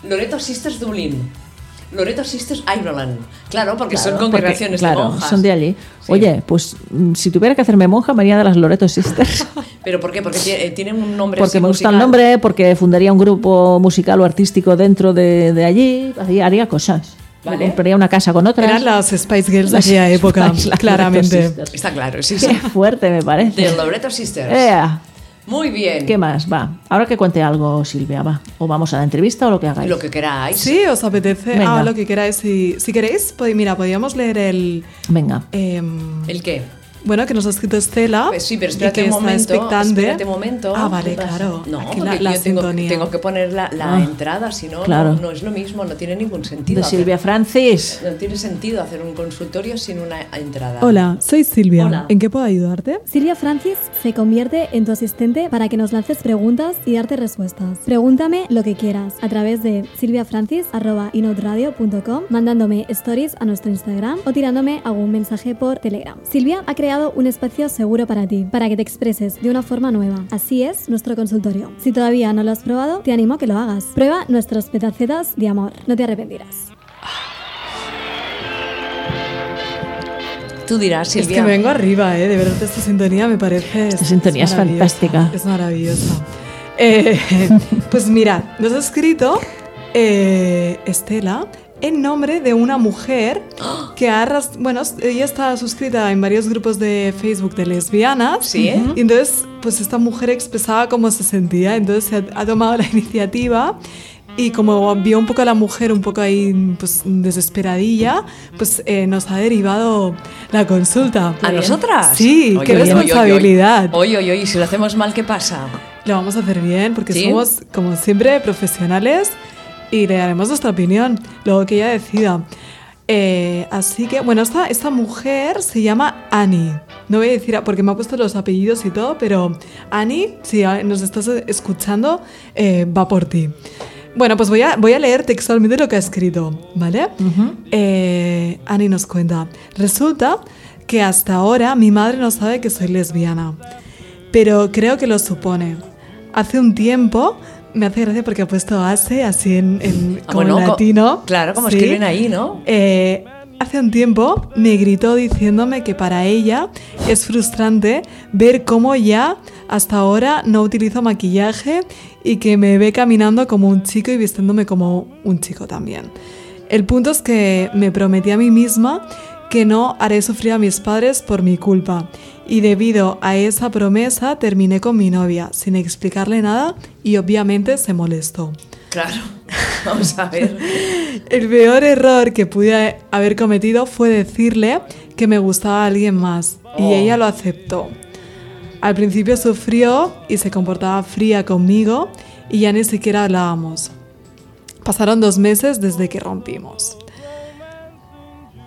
[SPEAKER 1] Loreto Sisters Dublín. Loreto Sisters Ireland. Claro, porque
[SPEAKER 2] Claro,
[SPEAKER 1] son
[SPEAKER 2] porque,
[SPEAKER 1] congregaciones
[SPEAKER 2] claro,
[SPEAKER 1] de monjas.
[SPEAKER 2] son de allí.
[SPEAKER 1] Sí.
[SPEAKER 2] Oye, pues mm, si tuviera que hacerme monja, María de las Loreto Sisters.
[SPEAKER 1] ¿Pero por qué? Porque tie- eh, tienen un nombre
[SPEAKER 2] porque
[SPEAKER 1] así
[SPEAKER 2] me gusta el
[SPEAKER 1] musical.
[SPEAKER 2] nombre, porque fundaría un grupo musical o artístico dentro de, de allí, haría- haría cosas. Me
[SPEAKER 1] Vale.
[SPEAKER 2] compraría una casa con otra.
[SPEAKER 3] Eran las Spice Girls de aquella época, claramente.
[SPEAKER 1] Está claro, sí,
[SPEAKER 2] Qué
[SPEAKER 1] sí.
[SPEAKER 2] fuerte me
[SPEAKER 1] De
[SPEAKER 2] parece.
[SPEAKER 1] Loreto Sisters.
[SPEAKER 2] Ea,
[SPEAKER 1] Muy bien.
[SPEAKER 2] ¿Qué más? Va. Ahora que cuente algo, Silvia, va. O vamos a la entrevista o lo que hagáis.
[SPEAKER 1] Lo que queráis.
[SPEAKER 3] Sí, os apetece.
[SPEAKER 2] Venga.
[SPEAKER 3] Ah, lo que queráis. Si, si queréis, pod- mira, podríamos leer el.
[SPEAKER 2] Venga.
[SPEAKER 3] em,
[SPEAKER 1] ¿El qué?
[SPEAKER 3] bueno, que nos ha escrito Estela.
[SPEAKER 1] Pues sí, pero
[SPEAKER 3] Ah, y
[SPEAKER 1] espérate
[SPEAKER 3] que
[SPEAKER 1] un
[SPEAKER 3] está
[SPEAKER 1] momento.
[SPEAKER 3] expectante.
[SPEAKER 1] Espérate un momento.
[SPEAKER 3] Ah, vale,
[SPEAKER 1] ¿Qué pasa?
[SPEAKER 3] claro.
[SPEAKER 1] No,
[SPEAKER 3] Aquí
[SPEAKER 1] porque
[SPEAKER 3] la,
[SPEAKER 1] yo
[SPEAKER 3] la
[SPEAKER 1] tengo,
[SPEAKER 3] sintonía.
[SPEAKER 1] tengo que poner la, la
[SPEAKER 2] Ah.
[SPEAKER 1] entrada, si no,
[SPEAKER 2] Claro.
[SPEAKER 1] no, no es lo mismo, no tiene ningún sentido.
[SPEAKER 2] De
[SPEAKER 1] hacer-
[SPEAKER 2] Silvia Francis.
[SPEAKER 1] No tiene sentido hacer un consultorio sin una entrada.
[SPEAKER 3] Hola, soy Silvia.
[SPEAKER 2] Hola.
[SPEAKER 3] ¿En qué puedo ayudarte?
[SPEAKER 5] Silvia Francis se convierte en tu asistente para que nos lances preguntas y darte respuestas. Pregúntame lo que quieras a través de silviafrancis.inoutradio.com, mandándome stories a nuestro Instagram o tirándome algún mensaje por Telegram. Silvia ha creado un espacio seguro para ti, para que te expreses de una forma nueva. Así es nuestro consultorio. Si todavía no lo has probado, te animo a que lo hagas. Prueba nuestros petacetas de amor. No te arrepentirás.
[SPEAKER 1] Tú dirás,
[SPEAKER 3] Es
[SPEAKER 1] Silvia.
[SPEAKER 3] que vengo arriba, ¿eh? De verdad, esta sintonía me parece...
[SPEAKER 2] Esta sintonía es
[SPEAKER 3] maravillosa,
[SPEAKER 2] fantástica.
[SPEAKER 3] Es maravillosa. Eh, pues mira, nos ha escrito eh, Estela en nombre de una mujer que ha... arras- Bueno, ella está suscrita en varios grupos de Facebook de lesbianas.
[SPEAKER 1] Sí.
[SPEAKER 3] Y entonces, pues esta mujer expresaba cómo se sentía, entonces se ha, ha tomado la iniciativa y como vio un poco a la mujer un poco ahí pues, desesperadilla, pues eh, nos ha derivado la consulta.
[SPEAKER 1] ¿A nosotras?
[SPEAKER 3] Sí,
[SPEAKER 1] Oye,
[SPEAKER 3] qué
[SPEAKER 1] oye, oye, oye.
[SPEAKER 3] responsabilidad.
[SPEAKER 1] Oye, oye, oye, si lo hacemos mal, ¿qué pasa?
[SPEAKER 3] Lo vamos a hacer bien porque
[SPEAKER 1] ¿Sí?
[SPEAKER 3] somos, como siempre, profesionales y le daremos nuestra opinión, luego que ella decida. Eh, así que, bueno, esta, esta mujer se llama Annie. No voy a decir, a- porque me ha puesto los apellidos y todo, pero Annie, si a- nos estás escuchando, eh, va por ti. Bueno, pues voy a, voy a leer textualmente lo que ha escrito, ¿vale? Eh, Annie nos cuenta, resulta que hasta ahora mi madre no sabe que soy lesbiana pero creo que lo supone. hace un tiempo. Me hace gracia porque ha puesto ASE así en, en-
[SPEAKER 1] Ah,
[SPEAKER 3] como en
[SPEAKER 1] bueno, co-
[SPEAKER 3] latino.
[SPEAKER 1] claro, como
[SPEAKER 3] Sí.
[SPEAKER 1] escriben ahí, ¿no?
[SPEAKER 3] Eh, hace un tiempo me gritó diciéndome que para ella es frustrante ver cómo ya hasta ahora no utilizo maquillaje y que me ve caminando como un chico y vistiéndome como un chico también. El punto es que me prometí a mí misma que no haré sufrir a mis padres por mi culpa y debido a esa promesa terminé con mi novia sin explicarle nada y obviamente se molestó.
[SPEAKER 1] Claro. Vamos a ver.
[SPEAKER 3] El peor error que pude haber cometido fue decirle que me gustaba alguien más y ella lo aceptó. Al principio sufrió y se comportaba fría conmigo y ya ni siquiera hablábamos. Pasaron dos meses desde que rompimos.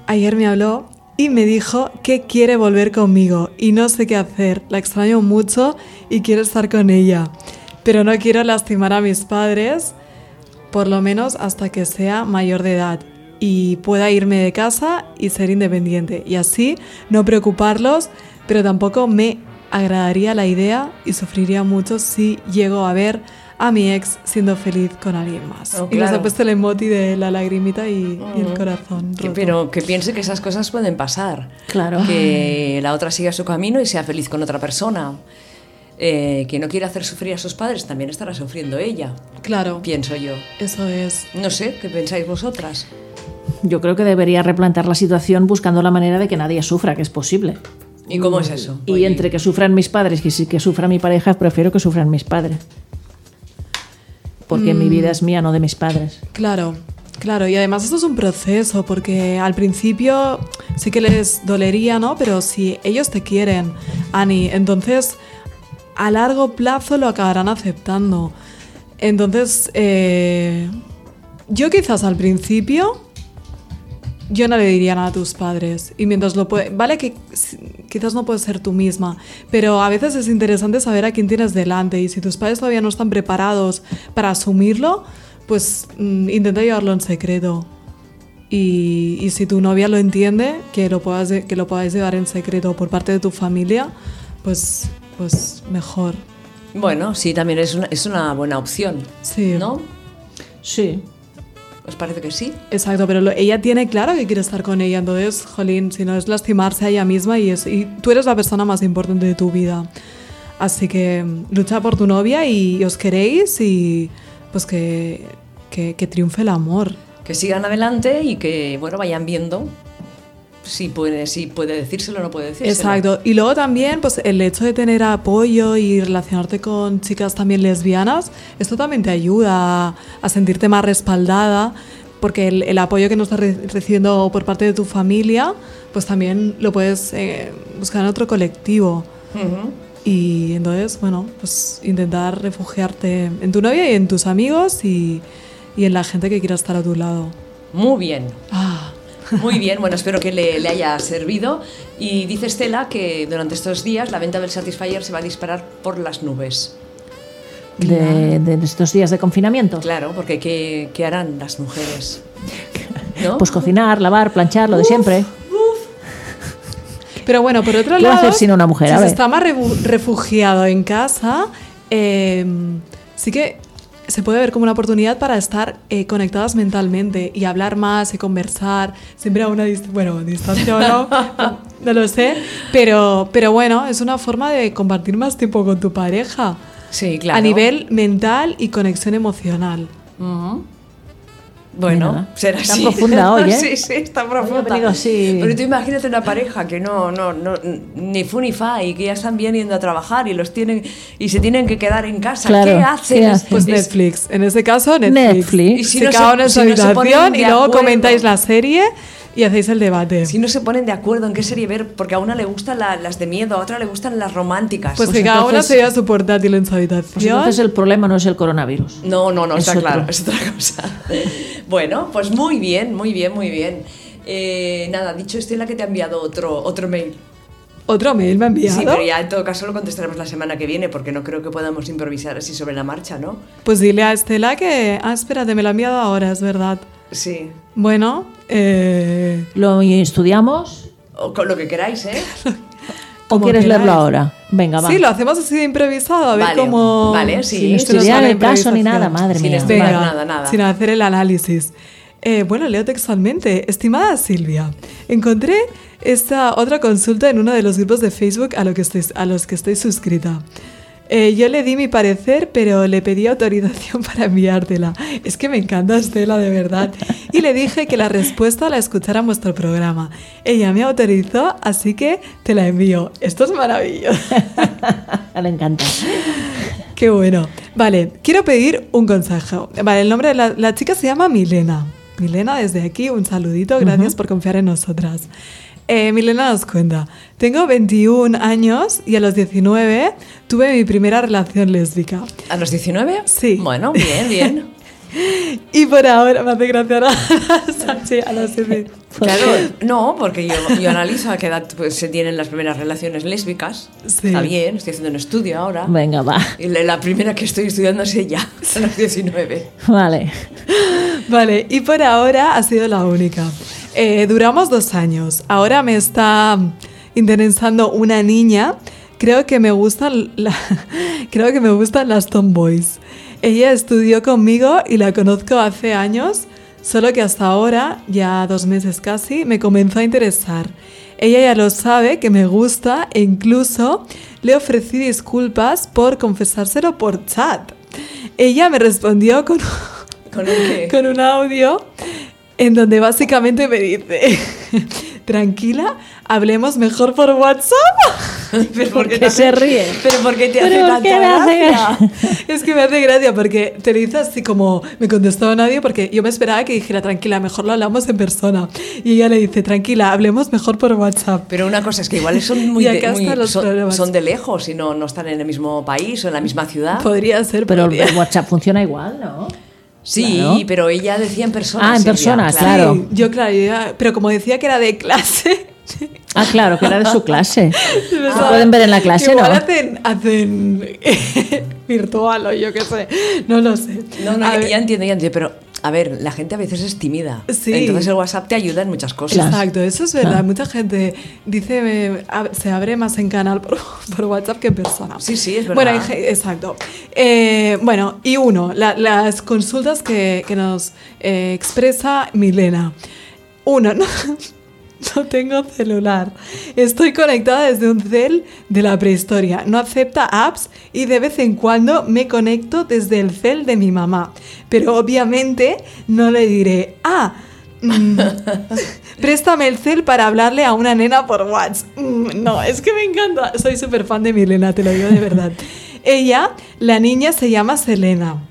[SPEAKER 3] Ayer me habló y me dijo que quiere volver conmigo y no sé qué hacer. La extraño mucho y quiero estar con ella. Pero no quiero lastimar a mis padres, por lo menos hasta que sea mayor de edad y pueda irme de casa y ser independiente. Y así no preocuparlos, pero tampoco me agradaría la idea y sufriría mucho si llego a ver a mi ex siendo feliz con alguien más.
[SPEAKER 1] Oh,
[SPEAKER 3] Y nos ha
[SPEAKER 1] claro.
[SPEAKER 3] puesto el emoti de la lagrimita y, y el corazón.
[SPEAKER 1] Que-
[SPEAKER 3] roto.
[SPEAKER 1] pero que piense que esas cosas pueden pasar.
[SPEAKER 2] Claro.
[SPEAKER 1] Que la otra siga su camino y sea feliz con otra persona. Eh, que no quiera hacer sufrir a sus padres, también estará sufriendo ella,
[SPEAKER 3] Claro,
[SPEAKER 1] pienso yo.
[SPEAKER 3] eso es.
[SPEAKER 1] No sé, ¿qué pensáis vosotras?
[SPEAKER 2] Yo creo que debería replantear la situación buscando la manera de que nadie sufra, que es posible.
[SPEAKER 1] ¿Y cómo es eso?
[SPEAKER 2] Y
[SPEAKER 1] Oye,
[SPEAKER 2] entre que sufran mis padres y si- que sufra mi pareja, prefiero que sufran mis padres. Porque
[SPEAKER 1] Mm.
[SPEAKER 2] mi vida es mía, no de mis padres.
[SPEAKER 3] Claro, claro. Y además esto es un proceso, porque al principio sí que les dolería, ¿no? Pero si ellos te quieren, Ani, entonces a largo plazo lo acabarán aceptando. Entonces, eh, yo quizás al principio yo no le diría nada a tus padres. Y mientras lo puede. Vale que s- quizás no puedes ser tú misma, pero a veces es interesante saber a quién tienes delante. Y si tus padres todavía no están preparados para asumirlo, pues mm, intenta llevarlo en secreto. Y, y si tu novia lo entiende, que lo, puedas, lle- que lo podáis llevar en secreto por parte de tu familia, pues, pues mejor.
[SPEAKER 1] Bueno, sí, también es una, es una buena opción.
[SPEAKER 3] Sí.
[SPEAKER 1] ¿No?
[SPEAKER 2] Sí.
[SPEAKER 1] ¿Os parece que sí?
[SPEAKER 3] Exacto, pero lo- ella tiene claro que quiere estar con ella, entonces, jolín, si no es lastimarse a ella misma y, es, y tú eres la persona más importante de tu vida. Así que mm, lucha por tu novia y, os queréis y pues que, que, que triunfe el amor.
[SPEAKER 1] Que sigan adelante y que, bueno, vayan viendo si puede, si puede decírselo o no puede decírselo.
[SPEAKER 3] Exacto. Y luego también, pues el hecho de tener apoyo y relacionarte con chicas también lesbianas, esto también te ayuda a, a sentirte más respaldada, porque el, el apoyo que no estás re- recibiendo por parte de tu familia, pues también lo puedes eh, buscar en otro colectivo.
[SPEAKER 1] Ujú.
[SPEAKER 3] Y entonces, bueno, pues intentar refugiarte en tu novia y en tus amigos y, y en la gente que quiera estar a tu lado.
[SPEAKER 1] Muy bien.
[SPEAKER 3] Ah,
[SPEAKER 1] Muy bien, bueno, espero que le, le haya servido. Y dice Estela que durante estos días la venta del Satisfyer se va a disparar por las nubes.
[SPEAKER 2] De, de estos días de confinamiento.
[SPEAKER 1] Claro, porque ¿qué, qué harán las mujeres? ¿No?
[SPEAKER 2] Pues cocinar, lavar, planchar, lo de siempre.
[SPEAKER 3] Pero bueno, por otro
[SPEAKER 2] ¿Qué va a
[SPEAKER 3] lado,
[SPEAKER 2] hacer sin una mujer?
[SPEAKER 3] si
[SPEAKER 2] A
[SPEAKER 3] se
[SPEAKER 2] ver.
[SPEAKER 3] está más rebu- refugiado en casa, eh, sí que se puede ver como una oportunidad para estar eh, conectadas mentalmente y hablar más y conversar, siempre a una dis- bueno, distancia o no, no lo sé, pero, pero bueno, es una forma de compartir más tiempo con tu pareja
[SPEAKER 1] Sí, claro.
[SPEAKER 3] a nivel mental y conexión emocional.
[SPEAKER 1] Ujú. Bueno,
[SPEAKER 2] Mira,
[SPEAKER 1] será
[SPEAKER 2] está
[SPEAKER 1] así.
[SPEAKER 2] profunda hoy, ¿eh?
[SPEAKER 1] Sí, sí, está profunda.
[SPEAKER 2] Hoy ha venido así.
[SPEAKER 1] Pero tú imagínate una pareja que no, no, no, ni fu ni fa y que ya están bien yendo a trabajar y los tienen y se tienen que quedar en casa.
[SPEAKER 2] Claro,
[SPEAKER 1] ¿Qué hacen?
[SPEAKER 2] ¿qué hacen?
[SPEAKER 3] Pues
[SPEAKER 1] Es-
[SPEAKER 3] Netflix, en este caso Netflix.
[SPEAKER 2] Netflix.
[SPEAKER 1] Y si
[SPEAKER 3] se
[SPEAKER 1] no se-
[SPEAKER 3] cada uno en
[SPEAKER 1] si
[SPEAKER 3] su
[SPEAKER 1] no se ponen
[SPEAKER 3] habitación
[SPEAKER 1] de
[SPEAKER 3] y luego
[SPEAKER 1] acuerdo.
[SPEAKER 3] comentáis la serie y hacéis el debate.
[SPEAKER 1] Si no se ponen de acuerdo en qué serie ver, porque a una le gustan la- las de miedo, a otra le gustan las románticas.
[SPEAKER 3] Pues,
[SPEAKER 2] Pues
[SPEAKER 3] que cada uno
[SPEAKER 2] entonces-
[SPEAKER 3] se lleva su portátil en su
[SPEAKER 2] Pues
[SPEAKER 3] habitación.
[SPEAKER 2] entonces el problema no es el coronavirus.
[SPEAKER 1] no, no, no,
[SPEAKER 2] Es
[SPEAKER 1] está
[SPEAKER 2] otro.
[SPEAKER 1] claro, es otra cosa. bueno, pues muy bien, muy bien, muy bien. Eh, nada, dicho esto, es la que te ha enviado otro, otro mail.
[SPEAKER 3] Otro mail me ha enviado.
[SPEAKER 1] Sí, pero ya en todo caso lo contestaremos la semana que viene, porque no creo que podamos improvisar así sobre la marcha, ¿no?
[SPEAKER 3] Pues dile a Estela que. Ah, espérate, me lo ha enviado ahora, es verdad.
[SPEAKER 1] Sí.
[SPEAKER 3] Bueno, eh,
[SPEAKER 2] Lo estudiamos.
[SPEAKER 1] O con lo que queráis, ¿eh?
[SPEAKER 2] ¿O
[SPEAKER 3] como
[SPEAKER 2] quieres leerlo
[SPEAKER 3] queráis.
[SPEAKER 2] ahora? Venga, va.
[SPEAKER 3] Sí, lo hacemos así de improvisado, a ver
[SPEAKER 1] Vale,
[SPEAKER 3] cómo.
[SPEAKER 1] vale, sí.
[SPEAKER 2] Sin
[SPEAKER 3] se nos
[SPEAKER 2] estudiar
[SPEAKER 3] va la
[SPEAKER 2] el caso ni nada,
[SPEAKER 3] improvisación.
[SPEAKER 2] madre
[SPEAKER 1] Sin
[SPEAKER 2] mía.
[SPEAKER 1] estudiar.
[SPEAKER 3] Venga,
[SPEAKER 1] nada, nada.
[SPEAKER 3] Sin hacer el análisis. Eh, bueno, leo textualmente. Estimada Silvia, encontré esta otra consulta en uno de los grupos de Facebook a, lo que estoy, a los que estoy suscrita. Eh, yo le di mi parecer, pero le pedí autorización para enviártela. Es que me encanta Estela, de verdad. Y le dije que la respuesta la escuchara en vuestro programa. Ella me autorizó, así que te la envío. Esto es maravilloso.
[SPEAKER 2] Ah, Le encanta.
[SPEAKER 3] Qué bueno. Vale, quiero pedir un consejo. Vale, el nombre de la, la chica se llama Milena. Milena, desde aquí, un saludito. Gracias por confiar en nosotras. Eh, Milena nos cuenta, tengo 21 años y a los 19 tuve mi primera relación lésbica.
[SPEAKER 1] ¿A los 19?
[SPEAKER 3] Sí.
[SPEAKER 1] Bueno, bien, bien.
[SPEAKER 3] Y por ahora, me hace gracia ahora, sí, a los 19.
[SPEAKER 1] Claro, no, porque yo, yo analizo a qué edad pues, se tienen las primeras relaciones lésbicas.
[SPEAKER 3] Sí.
[SPEAKER 1] Está bien, estoy haciendo un estudio ahora.
[SPEAKER 2] Venga, va.
[SPEAKER 1] Y la, la primera que estoy estudiando es ella, a los 19.
[SPEAKER 2] Vale.
[SPEAKER 3] Vale, y por ahora ha sido la única. Eh, duramos dos años. Ahora me está interesando una niña. Creo que me gustan, la- creo que me gustan las tomboys. Ella estudió conmigo y la conozco hace años, solo que hasta ahora, ya dos meses casi, me comenzó a interesar. Ella ya lo sabe que me gusta e incluso le ofrecí disculpas por confesárselo por chat. Ella me respondió con
[SPEAKER 1] ¿Con un qué?
[SPEAKER 3] con un audio en donde básicamente me dice, tranquila, hablemos mejor por WhatsApp.
[SPEAKER 1] ¿Pero
[SPEAKER 2] ¿Por
[SPEAKER 1] qué
[SPEAKER 2] qué
[SPEAKER 1] te
[SPEAKER 2] se
[SPEAKER 1] hace-
[SPEAKER 2] ríe?
[SPEAKER 1] ¿Pero por qué te
[SPEAKER 2] ¿Pero
[SPEAKER 1] hace
[SPEAKER 2] por
[SPEAKER 1] tanta
[SPEAKER 2] qué me hace
[SPEAKER 1] gracia?
[SPEAKER 3] es que me hace gracia porque te lo dice así como me contestó nadie porque yo me esperaba que dijera, tranquila, mejor lo hablamos en persona. Y ella le dice, tranquila, hablemos mejor por WhatsApp.
[SPEAKER 1] Pero una cosa es que igual son muy,
[SPEAKER 3] Y
[SPEAKER 1] de,
[SPEAKER 3] acá
[SPEAKER 1] muy-
[SPEAKER 3] están los
[SPEAKER 1] son,
[SPEAKER 3] problemas.
[SPEAKER 1] son de lejos y no, no están en el mismo país o en la misma ciudad.
[SPEAKER 3] Podría ser,
[SPEAKER 2] Pero
[SPEAKER 3] podría-
[SPEAKER 2] el WhatsApp funciona igual, ¿no?
[SPEAKER 1] Sí,
[SPEAKER 2] Claro.
[SPEAKER 1] pero ella decía en persona.
[SPEAKER 2] Ah, en
[SPEAKER 1] Silvia,
[SPEAKER 2] persona,
[SPEAKER 3] Sí,
[SPEAKER 2] claro.
[SPEAKER 3] yo claro, yo ya- pero como decía que era de clase,
[SPEAKER 2] Ah, claro, que era de su clase.
[SPEAKER 3] Lo
[SPEAKER 2] Lo pueden ver en la clase, ¿no?
[SPEAKER 3] Ah, Igual hacen, hacen virtual o yo qué sé, no lo sé.
[SPEAKER 1] No, no,
[SPEAKER 3] A
[SPEAKER 1] ya,
[SPEAKER 3] ver,
[SPEAKER 1] ya entiendo, ya entiendo, pero a ver, la gente a veces es tímida.
[SPEAKER 3] Sí.
[SPEAKER 1] Entonces el WhatsApp te ayuda en muchas cosas.
[SPEAKER 3] Exacto, eso es verdad. Mucha gente dice me- a- se abre más en canal por, por WhatsApp que en persona.
[SPEAKER 1] Sí, sí, es verdad.
[SPEAKER 3] Bueno, hay ge- exacto. Eh, bueno, y uno, la- las consultas que, que nos eh, expresa Milena. Uno, no, no tengo celular. Estoy conectada desde un cel de la prehistoria. No acepta apps y de vez en cuando me conecto desde el cel de mi mamá. Pero obviamente no le diré, ah, mm, préstame el cel para hablarle a una nena por WhatsApp. Mm, no, es que me encanta. Soy súper fan de Milena, te lo digo de verdad. Ella, la niña, se llama Selena.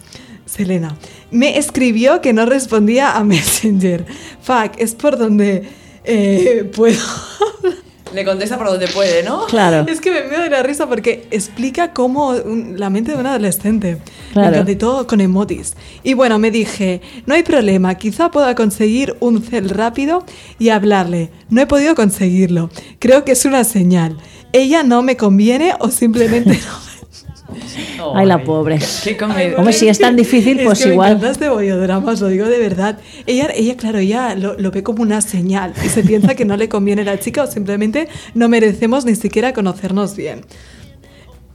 [SPEAKER 3] Selena. Me escribió que no respondía a Messenger. Fuck, es por donde eh, puedo.
[SPEAKER 1] Le contesta por donde puede, ¿no?
[SPEAKER 2] Claro.
[SPEAKER 3] Es que me veo de la risa porque explica cómo un- la mente de un adolescente.
[SPEAKER 2] Claro.
[SPEAKER 3] Me encanta, y todo con emojis. Y bueno, me dije, no hay problema, quizá pueda conseguir un cel rápido y hablarle. No he podido conseguirlo. Creo que es una señal. Ella no me conviene o simplemente no.
[SPEAKER 2] Ay, la pobre.
[SPEAKER 1] Qué comedia.
[SPEAKER 2] Hombre, si es tan difícil,
[SPEAKER 3] Es
[SPEAKER 2] pues
[SPEAKER 3] que me
[SPEAKER 2] igual.
[SPEAKER 3] encanta este bollodrama, os lo digo de verdad. Ella, ella claro, ella lo, lo ve como una señal y se piensa que no le conviene a la chica o simplemente no merecemos ni siquiera conocernos bien.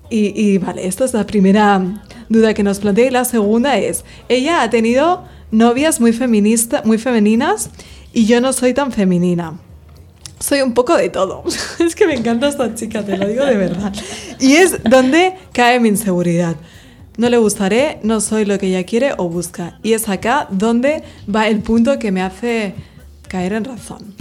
[SPEAKER 3] Y, y, vale, esta es la primera duda que nos plantea. Y la segunda es, ella ha tenido novias muy, feminista, muy femeninas y yo no soy tan femenina. Soy un poco de todo. es que me encanta esta chica, te lo digo de verdad. Y es donde cae mi inseguridad. No le gustaré, no soy lo que ella quiere o busca. Y es acá donde va el punto que me hace caer en razón.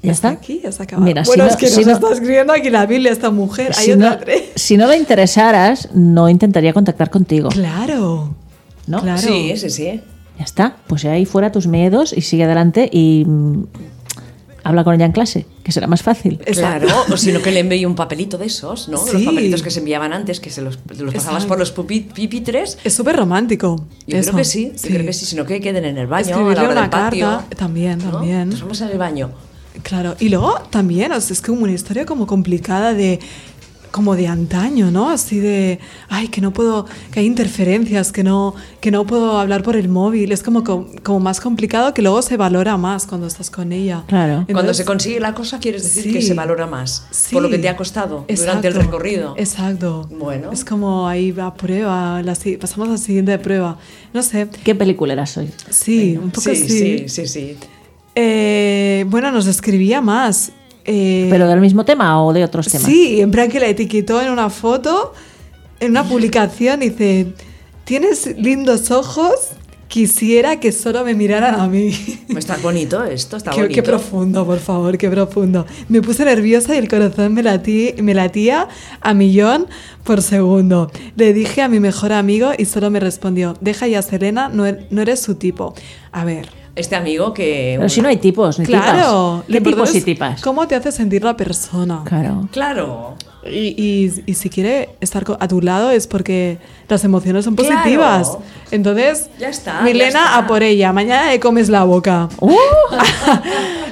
[SPEAKER 2] ¿Ya está?
[SPEAKER 3] Aquí ya se acaba.
[SPEAKER 2] Mira, si
[SPEAKER 3] bueno,
[SPEAKER 2] no-
[SPEAKER 3] es que
[SPEAKER 2] si
[SPEAKER 3] nos
[SPEAKER 2] no-
[SPEAKER 3] está escribiendo aquí la Biblia esta mujer. Hay
[SPEAKER 2] Si
[SPEAKER 3] otra
[SPEAKER 2] no,
[SPEAKER 3] tres.
[SPEAKER 2] si no le interesaras, no intentaría contactar contigo,
[SPEAKER 3] Claro.
[SPEAKER 2] ¿no?
[SPEAKER 3] Claro.
[SPEAKER 1] Sí, sí, sí.
[SPEAKER 2] Ya está. Pues ahí fuera tus miedos y sigue adelante y mm, habla con ella en clase, que será más fácil.
[SPEAKER 3] Exacto.
[SPEAKER 1] Claro, o sino que le envíe un papelito de esos, ¿no? Los
[SPEAKER 3] Sí.
[SPEAKER 1] papelitos que se enviaban antes, que se los, los pasabas
[SPEAKER 3] Exacto.
[SPEAKER 1] por los pupi- pipitres.
[SPEAKER 3] Es súper romántico.
[SPEAKER 1] Yo
[SPEAKER 3] eso.
[SPEAKER 1] creo que sí, yo creo que sí, sino que queden en el baño,
[SPEAKER 3] Escribirle
[SPEAKER 1] a la hora
[SPEAKER 3] una
[SPEAKER 1] del patio.
[SPEAKER 3] carta, también,
[SPEAKER 1] ¿no?
[SPEAKER 3] también.
[SPEAKER 1] Nos vamos en el baño.
[SPEAKER 3] Claro. Y luego también, o sea, es que una historia como complicada de como de antaño, ¿no? Así de, ay, que no puedo, que hay interferencias, que no, que no puedo hablar por el móvil. Es como, co- como más complicado que luego se valora más cuando estás con ella.
[SPEAKER 2] Claro.
[SPEAKER 1] Cuando
[SPEAKER 3] Entonces-
[SPEAKER 1] se consigue la cosa, quieres decir
[SPEAKER 3] Sí.
[SPEAKER 1] que se valora más
[SPEAKER 3] Sí.
[SPEAKER 1] por lo que te ha costado durante el
[SPEAKER 3] Exacto.
[SPEAKER 1] recorrido.
[SPEAKER 3] Exacto.
[SPEAKER 1] Bueno.
[SPEAKER 3] Es como ahí va prueba, la si- pasamos a la siguiente prueba. No sé.
[SPEAKER 2] ¿Qué peliculera soy?
[SPEAKER 3] Sí, un poco
[SPEAKER 1] sí,
[SPEAKER 3] sí.
[SPEAKER 1] sí, sí, sí.
[SPEAKER 3] Eh, bueno, nos escribía más. eh,
[SPEAKER 2] ¿Pero del mismo tema o de otros temas?
[SPEAKER 3] Sí, en plan que la etiquetó en una foto, en una publicación, y dice, tienes lindos ojos, quisiera que solo me miraran a mí.
[SPEAKER 1] Pues Está bonito esto, está
[SPEAKER 3] Qué,
[SPEAKER 1] bonito.
[SPEAKER 3] qué profundo, por favor, qué profundo. Me puse nerviosa y el corazón me, latí- me latía a millón por segundo. Le dije a mi mejor amigo y solo me respondió, deja ya Selena, no, er- no eres su tipo. A ver.
[SPEAKER 1] Este amigo que...
[SPEAKER 2] Pero si no hay tipos, ni
[SPEAKER 3] Claro,
[SPEAKER 2] tipas.
[SPEAKER 3] lo
[SPEAKER 2] ¿Qué tipos
[SPEAKER 3] importante
[SPEAKER 2] y
[SPEAKER 3] es
[SPEAKER 2] tipas?
[SPEAKER 3] ¿Cómo te hace sentir la persona?
[SPEAKER 2] Claro.
[SPEAKER 1] Claro.
[SPEAKER 3] Y, y- y si quiere estar co- a tu lado es porque las emociones son
[SPEAKER 1] Claro.
[SPEAKER 3] positivas. Entonces,
[SPEAKER 1] Ya está,
[SPEAKER 3] Milena,
[SPEAKER 1] ya está.
[SPEAKER 3] a por ella. Mañana le comes la boca.
[SPEAKER 2] ¡Uh!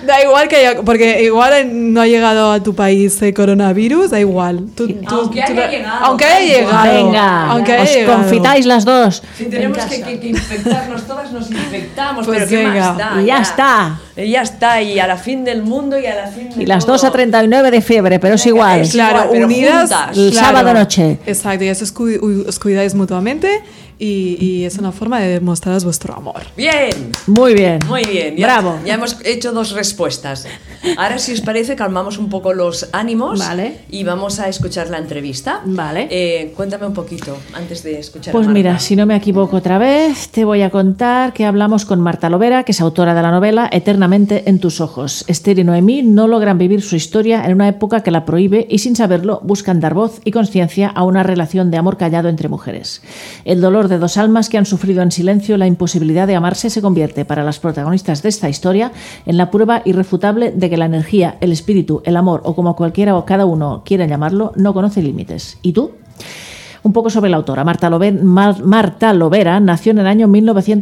[SPEAKER 3] da igual que haya, porque igual en- no ha llegado a tu país el coronavirus, da igual. Tú- tú-
[SPEAKER 1] aunque
[SPEAKER 3] tú
[SPEAKER 1] haya
[SPEAKER 3] la-
[SPEAKER 1] llegado,
[SPEAKER 3] aunque
[SPEAKER 1] da
[SPEAKER 3] haya
[SPEAKER 1] igual.
[SPEAKER 3] llegado,
[SPEAKER 2] Venga,
[SPEAKER 3] aunque haya
[SPEAKER 2] os
[SPEAKER 3] llegado.
[SPEAKER 2] confitáis las dos.
[SPEAKER 1] Si tenemos que, que- que infectarnos todas, nos infectamos.
[SPEAKER 3] Pues
[SPEAKER 1] pero ¿qué
[SPEAKER 3] venga,
[SPEAKER 1] más da?
[SPEAKER 2] y ya está.
[SPEAKER 1] Y ya está, y a la fin del mundo y a la fin de
[SPEAKER 2] Y las
[SPEAKER 1] todo.
[SPEAKER 2] dos a 39 de fiebre, pero es igual.
[SPEAKER 1] es-
[SPEAKER 3] Claro,
[SPEAKER 1] igual, pero
[SPEAKER 3] unidas
[SPEAKER 1] juntas.
[SPEAKER 2] El
[SPEAKER 3] claro.
[SPEAKER 2] sábado noche.
[SPEAKER 3] Exacto, y así os, cu- u- os cuidáis mutuamente y, y es una forma de demostraros vuestro amor.
[SPEAKER 1] Bien.
[SPEAKER 2] Muy bien.
[SPEAKER 1] Muy bien, ya,
[SPEAKER 2] Bravo.
[SPEAKER 1] ya hemos hecho dos respuestas. Ahora, si os parece, calmamos un poco los ánimos
[SPEAKER 2] Vale.
[SPEAKER 1] y vamos a escuchar la entrevista.
[SPEAKER 2] Vale.
[SPEAKER 1] Eh, cuéntame un poquito antes de escuchar. a
[SPEAKER 2] Pues
[SPEAKER 1] Marta.
[SPEAKER 2] mira, si no me equivoco otra vez, te voy a contar que hablamos con Marta Lovera, que es autora de la novela Eternamente en tus ojos. Esther y Noemí no logran vivir su historia en una época que la prohíbe y sin saberlo buscan dar voz y conciencia a una relación de amor callado entre mujeres. El dolor de dos almas que han sufrido en silencio la imposibilidad de amarse se convierte para las protagonistas de esta historia en la prueba irrefutable de que la energía, el espíritu, el amor o como cualquiera o cada uno quiera llamarlo, no conoce límites. ¿Y tú? Un poco sobre la autora. Marta, Lobe- Mar- Marta Lovera nació en el año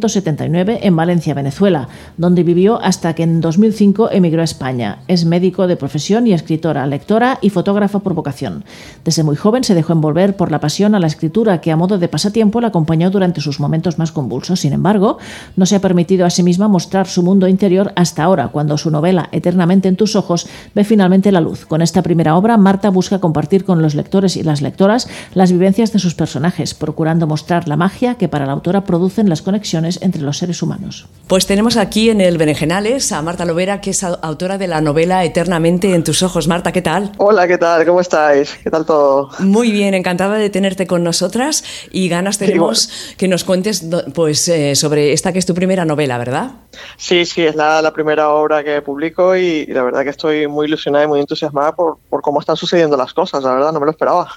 [SPEAKER 2] 1979 en Valencia, Venezuela, donde vivió hasta que en 2005 emigró a España. Es médico de profesión y escritora, lectora y fotógrafa por vocación. Desde muy joven se dejó envolver por la pasión a la escritura que a modo de pasatiempo la acompañó durante sus momentos más convulsos. Sin embargo, no se ha permitido a sí misma mostrar su mundo interior hasta ahora, cuando su novela Eternamente en tus ojos ve finalmente la luz. Con esta primera obra, Marta busca compartir con los lectores y las lectoras las vivencias de sus personajes, procurando mostrar la magia que para la autora producen las conexiones entre los seres humanos.
[SPEAKER 1] Pues tenemos aquí en el Berenjenales a Marta Lovera, que es au- autora de la novela Eternamente en tus ojos. Marta, ¿qué tal?
[SPEAKER 6] Hola, ¿qué tal? ¿Cómo estáis? ¿Qué tal todo?
[SPEAKER 1] Muy bien, encantada de tenerte con nosotras y ganas tenemos que nos cuentes do- pues, eh, sobre esta que es tu primera novela, ¿verdad?
[SPEAKER 6] Sí, sí, es la, la primera obra que publico y, y la verdad que estoy muy ilusionada y muy entusiasmada por, por cómo están sucediendo las cosas, la verdad, no me lo esperaba.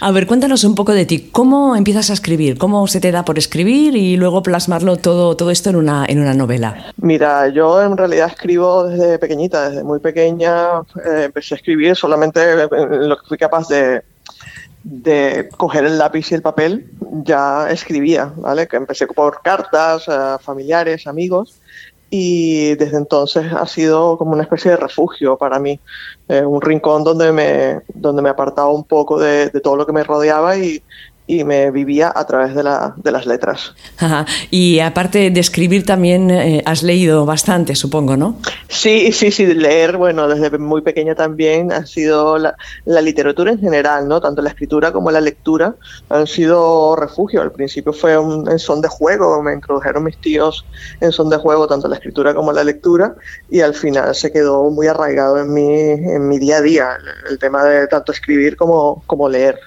[SPEAKER 1] A ver, cuéntanos un poco de ti. ¿Cómo empiezas a escribir? ¿Cómo se te da por escribir y luego plasmarlo todo, todo esto en una, en una novela?
[SPEAKER 6] Mira, yo en realidad escribo desde pequeñita, desde muy pequeña eh, empecé a escribir solamente en lo que fui capaz de, de coger el lápiz y el papel, ya escribía, ¿vale? Que empecé por cartas, eh, familiares, amigos, y desde entonces ha sido como una especie de refugio para mí, eh, un rincón donde me, donde me apartaba un poco de, de todo lo que me rodeaba y, y me vivía a través de, la- de las letras.
[SPEAKER 1] Ajá. Y aparte de escribir también eh, has leído bastante, supongo, ¿no?
[SPEAKER 6] Sí, sí, sí, leer, bueno, desde muy pequeña también ha sido la, la literatura en general, ¿no? Tanto la escritura como la lectura han sido refugio. Al principio fue un, en son de juego, me introdujeron mis tíos en son de juego, tanto la escritura como la lectura, y al final se quedó muy arraigado en mi, en mi día a día, el, el tema de tanto escribir como, como leer.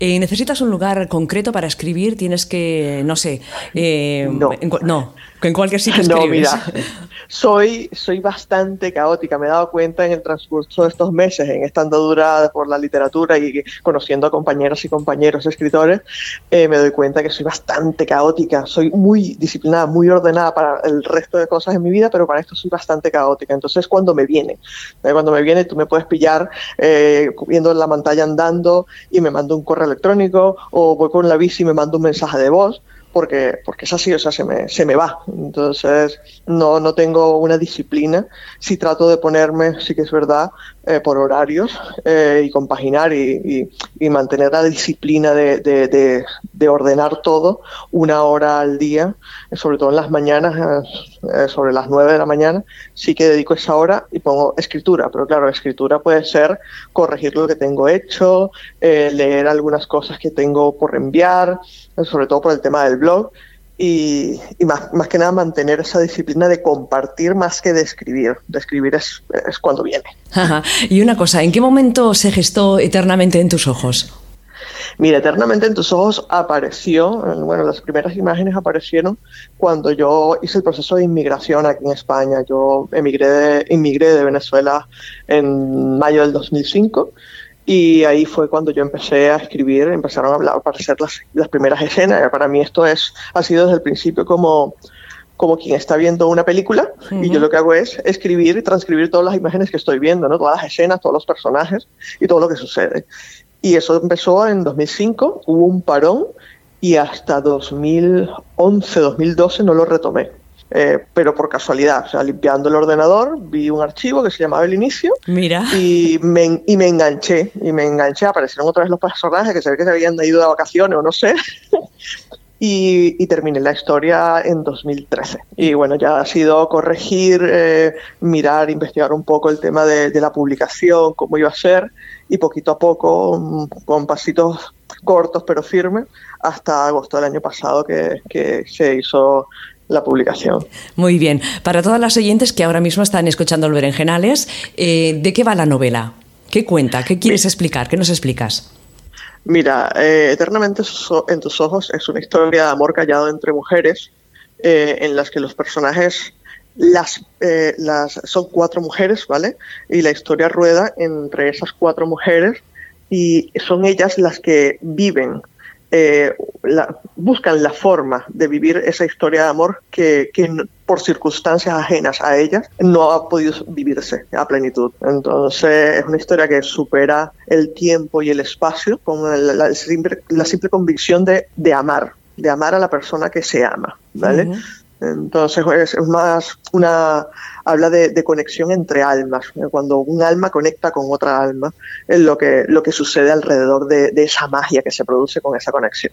[SPEAKER 1] Eh, ¿Necesitas un lugar concreto para escribir? ¿Tienes que, no sé, eh,
[SPEAKER 6] No.
[SPEAKER 1] En, cu- no, en cualquier sitio
[SPEAKER 6] No,
[SPEAKER 1] escribes?
[SPEAKER 6] mira, soy, soy bastante caótica. Me he dado cuenta en el transcurso de estos meses, en esta andadura por la literatura y conociendo a compañeros y compañeros escritores, eh, me doy cuenta que soy bastante caótica. Soy muy disciplinada, muy ordenada para el resto de cosas en mi vida, pero para esto soy bastante caótica. Entonces, cuando me viene, eh, cuando me viene, tú me puedes pillar eh, viendo la pantalla andando y me mando un correo electrónico, o voy con la bici y me mando un mensaje de voz porque, porque es así, o sea, se me, se me va. Entonces, no, no tengo una disciplina. Si trato de ponerme, sí que es verdad, eh, por horarios eh, y compaginar y, y, y, mantener la disciplina de, de, de, de, ordenar todo una hora al día, eh, sobre todo en las mañanas, eh, sobre las 9 de la mañana, sí que dedico esa hora y pongo escritura. Pero claro, escritura puede ser corregir lo que tengo hecho, eh, leer algunas cosas que tengo por enviar, eh, sobre todo por el tema del blog. Y, y más, más, que nada mantener esa disciplina de compartir más que de escribir. De escribir es, es cuando viene.
[SPEAKER 1] Ajá. y una cosa, ¿en qué momento se gestó eternamente en tus ojos?
[SPEAKER 6] Mira, eternamente en tus ojos apareció, bueno, las primeras imágenes aparecieron cuando yo hice el proceso de inmigración aquí en España. Yo emigré de, inmigré de Venezuela en mayo del 2005. Y ahí fue cuando yo empecé a escribir, empezaron a, hablar, a aparecer las, las, primeras escenas. Para mí esto es, ha sido desde el principio como, como quien está viendo una película uh -huh. y yo lo que hago es escribir y transcribir todas las imágenes que estoy viendo, ¿no? todas las escenas, todos los personajes y todo lo que sucede. Y eso empezó en 2005, hubo un parón y hasta 2011, 2012 no lo retomé. Eh, pero por casualidad, o sea, limpiando el ordenador, vi un archivo que se llamaba El Inicio
[SPEAKER 1] Mira.
[SPEAKER 6] Y, me, y me enganché, y me enganché, aparecieron otra vez los personajes que se ve que se habían ido de vacaciones o no sé. y, y, terminé la historia en 2013. Y bueno, ya ha sido corregir, eh, mirar, investigar un poco el tema de, de la publicación, cómo iba a ser, y poquito a poco, mm, con pasitos cortos pero firmes, hasta agosto del año pasado que, que se hizo la publicación.
[SPEAKER 1] Muy bien. Para todas las oyentes que ahora mismo están escuchando el Berenjenales, eh, ¿de qué va la novela? ¿Qué cuenta? ¿Qué quieres explicar? ¿Qué nos explicas?
[SPEAKER 6] Mira, eh, Eternamente en tus ojos es una historia de amor callado entre mujeres eh, en las que los personajes las, eh, las son cuatro mujeres, ¿vale? Y la historia rueda entre esas cuatro mujeres y son ellas las que viven eh, la, buscan la forma de vivir esa historia de amor que, que, por circunstancias ajenas a ellas no ha podido vivirse a plenitud. Entonces es una historia que supera el tiempo y el espacio con el, la, simple, la, simple, convicción de, de, amar, de amar a la persona que se ama, ¿vale? Uh -huh. Entonces es, más una habla de, de, conexión entre almas, cuando un alma conecta con otra alma, es lo que, lo que sucede alrededor de, de esa magia que se produce con esa conexión.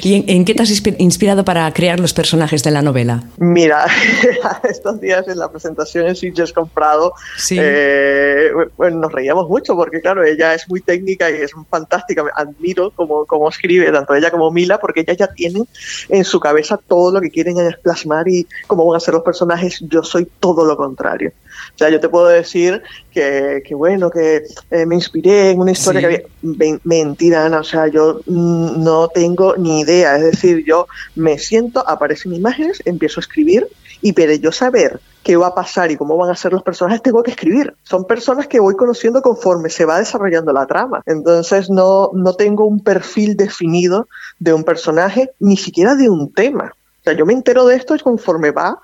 [SPEAKER 1] ¿Y en, en, qué te has inspirado para crear los personajes de la novela?
[SPEAKER 6] Mira, estos días en la presentación en Sitges Comprado ¿Sí? eh, bueno, nos reíamos mucho porque claro, ella es muy técnica y es fantástica, Me admiro cómo, cómo escribe, tanto ella como Mila, porque ellas ya tienen en su cabeza todo lo que quieren plasmar y cómo van a ser los personajes, yo soy todo lo contrario. O sea, yo te puedo decir que, que bueno, que eh, me inspiré en una historia sí. que había... Me, mentira, Ana, o sea, yo no tengo ni idea. Es decir, yo me siento, aparecen imágenes, empiezo a escribir y pero yo saber qué va a pasar y cómo van a ser los personajes, tengo que escribir. Son personas que voy conociendo conforme se va desarrollando la trama. Entonces no, no tengo un perfil definido de un personaje, ni siquiera de un tema. O sea, yo me entero de esto conforme va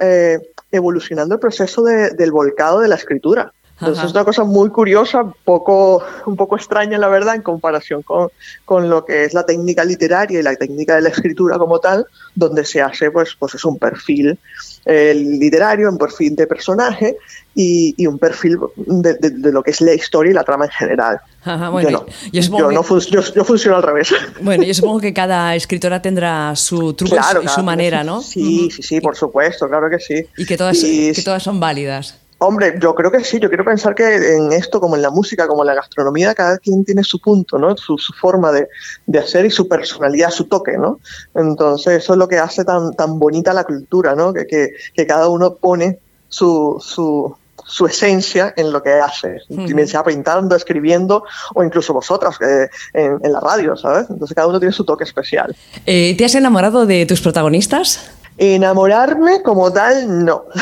[SPEAKER 6] eh, evolucionando el proceso de, del volcado de la escritura. Entonces Ajá. es una cosa muy curiosa, poco, un poco extraña la verdad en comparación con, con, lo que es la técnica literaria y la técnica de la escritura como tal, donde se hace pues, pues es un perfil eh, literario, un perfil de personaje y, y un perfil de, de, de, lo que es la historia y la trama en general.
[SPEAKER 1] Ajá, bueno,
[SPEAKER 6] yo no, yo, yo, que... no fun yo, yo, funciono al revés.
[SPEAKER 1] Bueno, yo supongo que cada escritora tendrá su truco claro, y su claro, manera, ¿no?
[SPEAKER 6] Sí, uh -huh. sí, sí, por supuesto, claro que sí.
[SPEAKER 1] Y que todas, y... que todas son válidas.
[SPEAKER 6] Hombre, yo creo que sí, yo quiero pensar que en esto, como en la música, como en la gastronomía, cada quien tiene su punto, ¿no? Su, su forma de, de, hacer y su personalidad, su toque, ¿no? Entonces, eso es lo que hace tan, tan bonita la cultura, ¿no? Que, que, que cada uno pone su, su, su esencia en lo que hace, uh -huh. sea pintando, escribiendo o incluso vosotras eh, en, en, la radio, ¿sabes? Entonces, cada uno tiene su toque especial.
[SPEAKER 1] Eh, ¿Te has enamorado de tus protagonistas?
[SPEAKER 6] Enamorarme como tal, no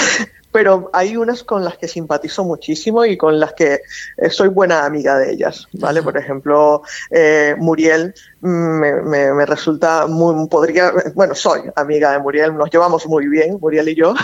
[SPEAKER 6] pero hay unas con las que simpatizo muchísimo y con las que soy buena amiga de ellas, ¿vale? Por ejemplo, eh, Muriel me, me- me resulta muy, podría, bueno, soy amiga de Muriel, nos llevamos muy bien, Muriel y yo.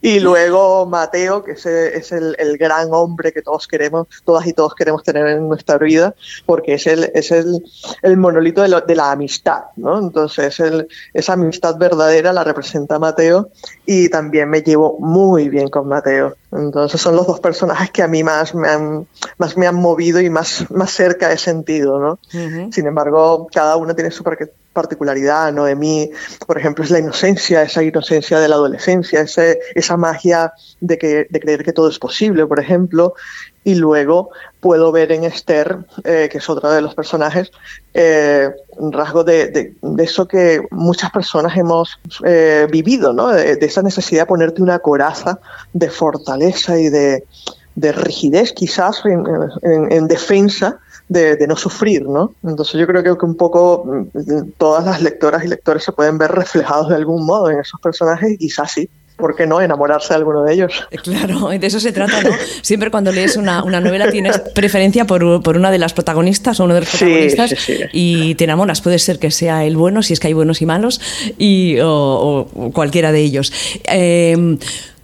[SPEAKER 6] y luego Mateo, que ese es el, el gran hombre que todos queremos, todas y todos queremos tener en nuestra vida, porque es el, es el, el monolito de, lo- de la amistad, ¿no? Entonces, el- esa amistad verdadera la representa Mateo y también me llevo muy bien con Mateo. Entonces, son los dos personajes que a mí más me han, más me han movido y más, más cerca he sentido, ¿no?
[SPEAKER 1] Ujú.
[SPEAKER 6] Sin embargo, cada una tiene su par- particularidad. Noemí, por ejemplo, es la inocencia, esa inocencia de la adolescencia, ese- esa magia de, que, de creer que todo es posible, por ejemplo. Y luego puedo ver en Esther, eh, que es otra de los personajes, eh, un rasgo de, de- de eso que muchas personas hemos eh, vivido, ¿no? De, de esa necesidad de ponerte una coraza de fortaleza y de, de rigidez quizás en, en- en defensa de, de no sufrir, ¿no? Entonces yo creo que un poco mm, todas las lectoras y lectores se pueden ver reflejados de algún modo en esos personajes y quizás sí, ¿por qué no enamorarse de alguno de ellos?
[SPEAKER 1] Eh, Claro, de eso se trata, ¿no? Siempre cuando lees una, una novela tienes preferencia por, u- por una de las protagonistas o uno de los
[SPEAKER 6] Sí,
[SPEAKER 1] protagonistas
[SPEAKER 6] sí, sí.
[SPEAKER 1] y te enamoras. Puede ser que sea el bueno, si es que hay buenos y malos, y, o, o- o cualquiera de ellos. Eh,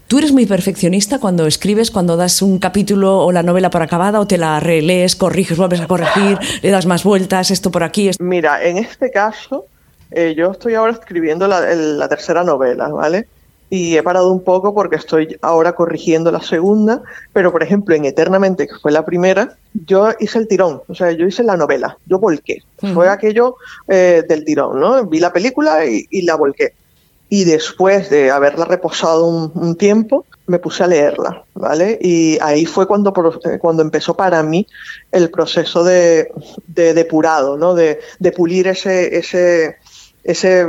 [SPEAKER 1] ¿Tú eres muy perfeccionista cuando escribes, cuando das un capítulo o la novela por acabada o te la relees, corriges, vuelves a corregir, le das más vueltas, esto por aquí, esto...
[SPEAKER 6] Mira, en este caso, eh, yo estoy ahora escribiendo la, el- la tercera novela, ¿vale? Y he parado un poco porque estoy ahora corrigiendo la segunda, pero por ejemplo en Eternamente, que fue la primera, yo hice el tirón, o sea, yo hice la novela, yo volqué. Fue aquello eh, del tirón, ¿no? Vi la película y, y la volqué. Y después de haberla reposado un, un tiempo, me puse a leerla, ¿vale? Y ahí fue cuando, pro- eh, cuando empezó para mí el proceso de, de depurado, ¿no? De, de pulir ese, ese, ese,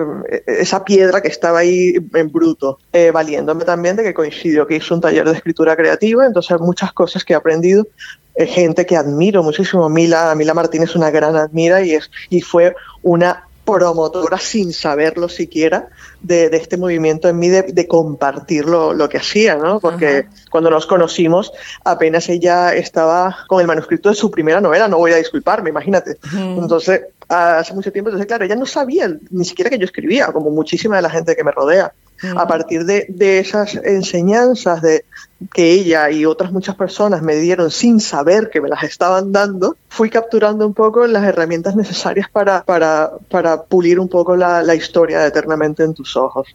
[SPEAKER 6] esa piedra que estaba ahí en bruto, eh, valiéndome también de que coincidió que hice un taller de escritura creativa, entonces muchas cosas que he aprendido, eh, gente que admiro muchísimo, Mila, Mila Martínez una gran admira y, es, y fue una promotora sin saberlo siquiera de, de este movimiento en mí de, de compartir lo, lo que hacía, ¿no? Porque cuando nos conocimos apenas ella estaba con el manuscrito de su primera novela, no voy a disculparme, imagínate. Entonces, hace mucho tiempo, entonces, claro, ella no sabía ni siquiera que yo escribía, como muchísima de la gente que me rodea. A partir de, de esas enseñanzas de, que ella y otras muchas personas me dieron sin saber que me las estaban dando, fui capturando un poco las herramientas necesarias para, para, para pulir un poco la, la historia de Eternamente en tus ojos.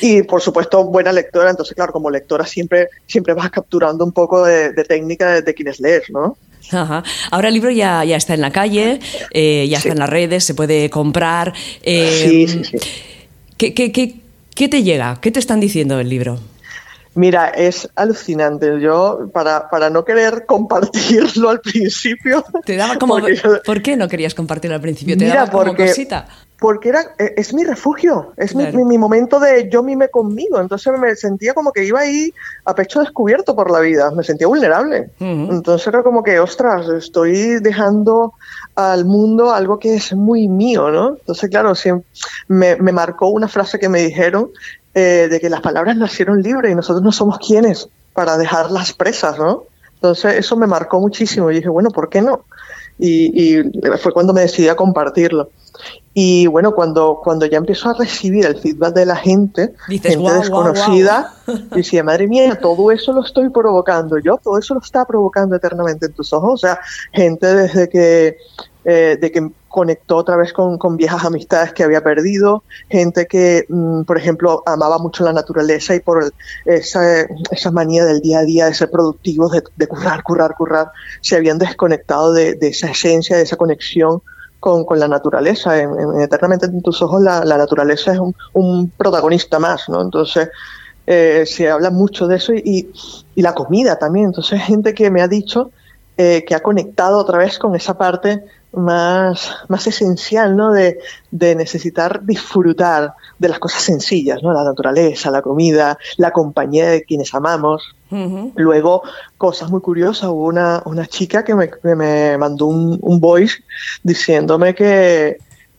[SPEAKER 6] Y por supuesto, buena lectora, entonces claro, como lectora siempre, siempre vas capturando un poco de, de técnica de, de quienes lees, ¿no?
[SPEAKER 1] Ajá. Ahora el libro ya, ya está en la calle, eh, ya
[SPEAKER 6] Sí.
[SPEAKER 1] está en las redes, se puede comprar. eh,
[SPEAKER 6] Sí, sí, sí.
[SPEAKER 1] ¿qué, qué- qué- qué te llega? ¿Qué te están diciendo del libro?
[SPEAKER 6] Mira, es alucinante. Yo, para, para no querer compartirlo al principio.
[SPEAKER 1] Te daba como.
[SPEAKER 6] porque yo-
[SPEAKER 1] ¿Por qué no querías compartirlo al principio? Te
[SPEAKER 6] Pues Mira,
[SPEAKER 1] daba como
[SPEAKER 6] porque-
[SPEAKER 1] cosita.
[SPEAKER 6] Porque era, e- es mi refugio, es mi-
[SPEAKER 1] Claro.
[SPEAKER 6] mi, mi momento de yo mime conmigo. Entonces me sentía como que iba ahí a pecho descubierto por la vida, me sentía vulnerable.
[SPEAKER 1] Ujú.
[SPEAKER 6] Entonces era como que, ostras, estoy dejando al mundo algo que es muy mío, ¿no? Entonces, claro, siem- me, me marcó una frase que me dijeron eh, de que las palabras nacieron libres y nosotros no somos quienes para dejarlas presas, ¿no? Entonces eso me marcó muchísimo y dije, bueno, ¿por qué no? Y, y fue cuando me decidí a compartirlo. Y bueno, cuando, cuando ya empiezo a recibir el feedback de la gente,
[SPEAKER 1] Dices,
[SPEAKER 6] gente
[SPEAKER 1] "Guau, guau, guau".
[SPEAKER 6] desconocida, y decía, madre mía, todo eso lo estoy provocando yo, todo eso lo está provocando eternamente en tus ojos. O sea, gente desde que, eh, de que conectó otra vez con, con viejas amistades que había perdido, gente que, mm, por ejemplo, amaba mucho la naturaleza y por el- esa, esa manía del día a día de ser productivos, de, de currar, currar, currar, se habían desconectado de, de esa esencia, de esa conexión con, con la naturaleza. En, en- eternamente en tus ojos la, la naturaleza es un, un protagonista más, ¿no? Entonces eh, se habla mucho de eso y, y- y la comida también. Entonces gente que me ha dicho eh, que ha conectado otra vez con esa parte más, más esencial, ¿no? De, de necesitar disfrutar de las cosas sencillas, ¿no? La naturaleza, la comida, la compañía de quienes amamos.
[SPEAKER 1] Ujú.
[SPEAKER 6] Luego, cosas muy curiosas, hubo una, una chica que me, que me mandó un, un voice diciéndome que,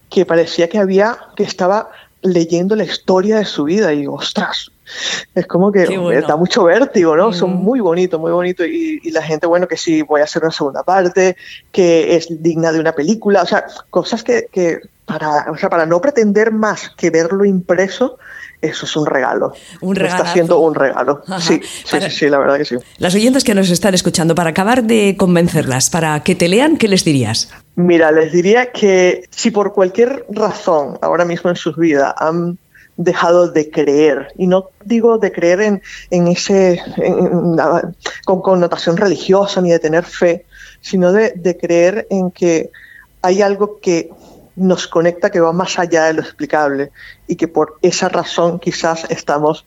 [SPEAKER 6] que parecía que había, que estaba leyendo la historia de su vida y digo, ostras, es como que
[SPEAKER 1] Qué bueno.
[SPEAKER 6] da mucho vértigo, ¿no? Son
[SPEAKER 1] Ujú.
[SPEAKER 6] muy bonitos, muy bonitos. Y, y la gente, bueno, que sí, voy a hacer una segunda parte, que es digna de una película, o sea, cosas que, que para, o sea, para no pretender más que verlo impreso, eso es un regalo.
[SPEAKER 1] Un
[SPEAKER 6] Está
[SPEAKER 1] regalazo.
[SPEAKER 6] siendo un regalo.
[SPEAKER 1] Ajá.
[SPEAKER 6] Sí, sí,
[SPEAKER 1] Para-
[SPEAKER 6] sí, sí, la verdad que sí.
[SPEAKER 1] Las oyentes que nos están escuchando, para acabar de convencerlas, para que te lean, ¿qué les dirías?
[SPEAKER 6] Mira, les diría que si por cualquier razón ahora mismo en sus vidas han dejado de creer, y no digo de creer en, en ese en- en la- con connotación religiosa ni de tener fe, sino de, de creer en que hay algo que nos conecta que va más allá de lo explicable y que por esa razón quizás estamos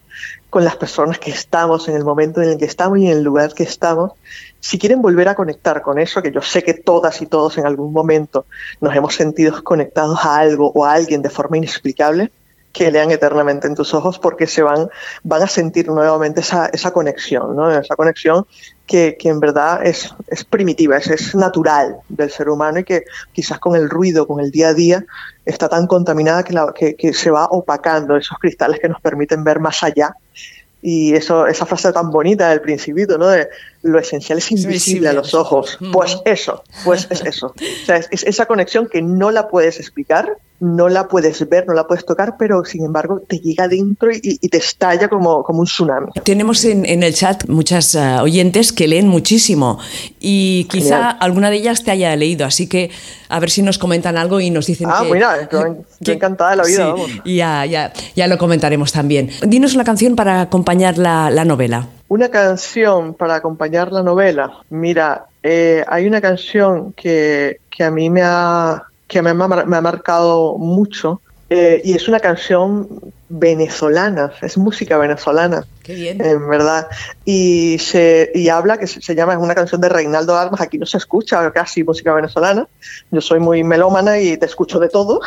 [SPEAKER 6] con las personas que estamos en el momento en el que estamos y en el lugar que estamos si quieren volver a conectar con eso, que yo sé que todas y todos en algún momento nos hemos sentido conectados a algo o a alguien de forma inexplicable, que lean eternamente en tus ojos porque se van, van a sentir nuevamente esa, esa conexión, ¿no? esa conexión que, que en verdad es, es primitiva, es, es natural del ser humano y que quizás con el ruido, con el día a día, está tan contaminada que, la- que- que se va opacando esos cristales que nos permiten ver más allá y eso, esa frase tan bonita del principito, ¿no? De lo esencial es invisible,
[SPEAKER 1] invisible
[SPEAKER 6] a los ojos.
[SPEAKER 1] Ujú.
[SPEAKER 6] Pues eso, pues es eso. O sea, es, es esa conexión que no la puedes explicar, no la puedes ver, no la puedes tocar, pero sin embargo te llega dentro y, y te estalla como, como un tsunami.
[SPEAKER 1] Tenemos en, en el chat muchas ah, oyentes que leen muchísimo y quizá
[SPEAKER 6] Genial.
[SPEAKER 1] alguna de ellas te haya leído, así que a ver si nos comentan algo y nos dicen
[SPEAKER 6] Ah,
[SPEAKER 1] que-
[SPEAKER 6] mira, yo en- yo encantada de la vida,
[SPEAKER 1] Sí,
[SPEAKER 6] vamos.
[SPEAKER 1] Ya, ya, ya lo comentaremos también. Dinos una canción para acompañar la, la novela.
[SPEAKER 6] Una canción para acompañar la novela. Mira, eh, hay una canción que, que a mí me ha, que me ha, mar- me ha marcado mucho eh, y es una canción venezolana, es música venezolana.
[SPEAKER 1] Qué bien.
[SPEAKER 6] En verdad. Y se y habla, que se, se llama, es una canción de Reinaldo Armas, aquí no se escucha casi música venezolana, yo soy muy melómana y te escucho de todo.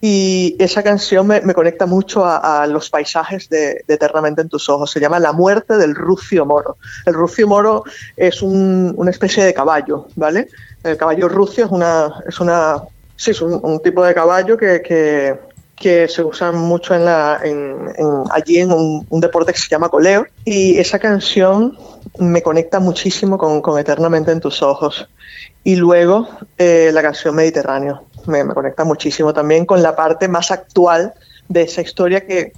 [SPEAKER 6] Y esa canción me, me conecta mucho a, a los paisajes de, de Eternamente en tus ojos. Se llama La muerte del rucio moro. El rucio moro es un- una especie de caballo, ¿vale? El caballo rucio es una, es una, sí, es un, un tipo de caballo que, que, que se usa mucho en la, en- en- allí en un, un deporte que se llama coleo. Y esa canción me conecta muchísimo con, con Eternamente en tus ojos. Y luego eh, la canción Mediterráneo. Me, me conecta muchísimo también con la parte más actual de esa historia que,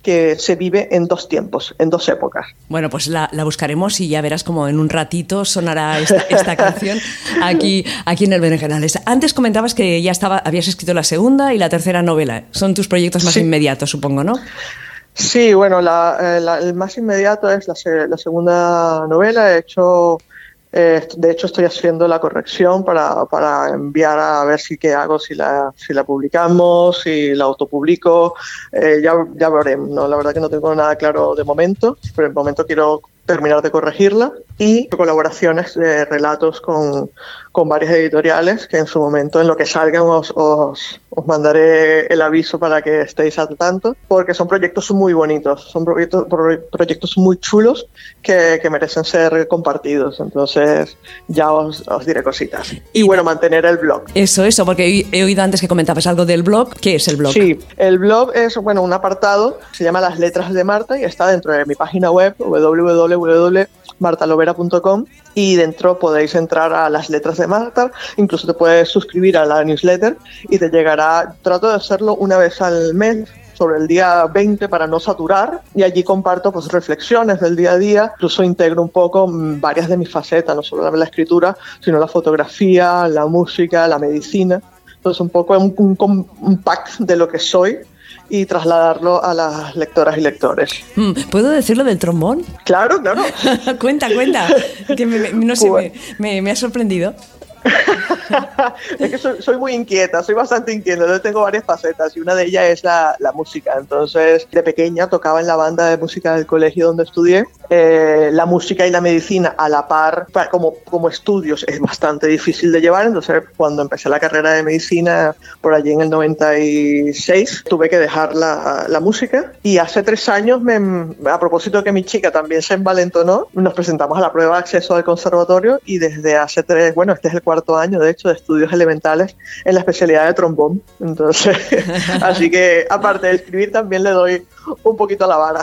[SPEAKER 6] que se vive en dos tiempos, en dos épocas.
[SPEAKER 1] Bueno, pues la, la buscaremos y ya verás como en un ratito sonará esta, esta canción aquí, aquí en el Berenjenales. Antes comentabas que ya estaba, habías escrito la segunda y la tercera novela. Son tus proyectos más
[SPEAKER 6] Sí.
[SPEAKER 1] inmediatos, supongo, ¿no?
[SPEAKER 6] Sí, bueno, la- eh, la- el más inmediato es la, se- la segunda novela. He hecho, eh, de hecho, estoy haciendo la corrección para, para enviar a ver si qué hago, si la, si la publicamos, si la autopublico. Eh, ya, ya veremos. ¿no? La verdad que no tengo nada claro de momento, pero en el momento quiero terminar de corregirla y colaboraciones de relatos con, con varias editoriales que en su momento en lo que salgan os, os, os mandaré el aviso para que estéis al tanto porque son proyectos muy bonitos son proyectos, pro- proyectos muy chulos que, que merecen ser compartidos entonces ya os, os diré cositas y bueno mantener el blog
[SPEAKER 1] Eso, eso, porque he he oído antes que comentabas algo del blog. ¿Qué es el blog?
[SPEAKER 6] Sí, el blog es bueno un apartado, se llama Las Letras de Marta y está dentro de mi página web www.martalovera.com y dentro podéis entrar a Las Letras de Marta, incluso te puedes suscribir a la newsletter y te llegará, trato de hacerlo una vez al mes sobre el día 20 para no saturar y allí comparto pues reflexiones del día a día, incluso integro un poco mm, varias de mis facetas, no solo la, la escritura, sino la fotografía, la música, la medicina. Entonces, un poco un, un, com- un pack de lo que soy y trasladarlo a las lectoras y lectores.
[SPEAKER 1] Mm, ¿Puedo decirlo del trombón?
[SPEAKER 6] Claro, claro.
[SPEAKER 1] cuenta, cuenta. Que me, me- no sé, me, me- me ha sorprendido.
[SPEAKER 6] es que soy, soy muy inquieta, soy bastante inquieta. Yo tengo varias facetas y una de ellas es la, la música. Entonces, de pequeña tocaba en la banda de música del colegio donde estudié eh, la música y la medicina a la par pa- como, como estudios es bastante difícil de llevar. Entonces, cuando empecé la carrera de medicina por allí en el 96, tuve que dejar la, la música. Y hace tres años, me- a propósito que mi chica también se envalentonó, nos presentamos a la prueba de acceso al conservatorio y desde hace tres, bueno, este es el cuarto año, de hecho, de estudios elementales en la especialidad de trombón. Entonces, así que aparte de escribir, también le doy un poquito a la vara.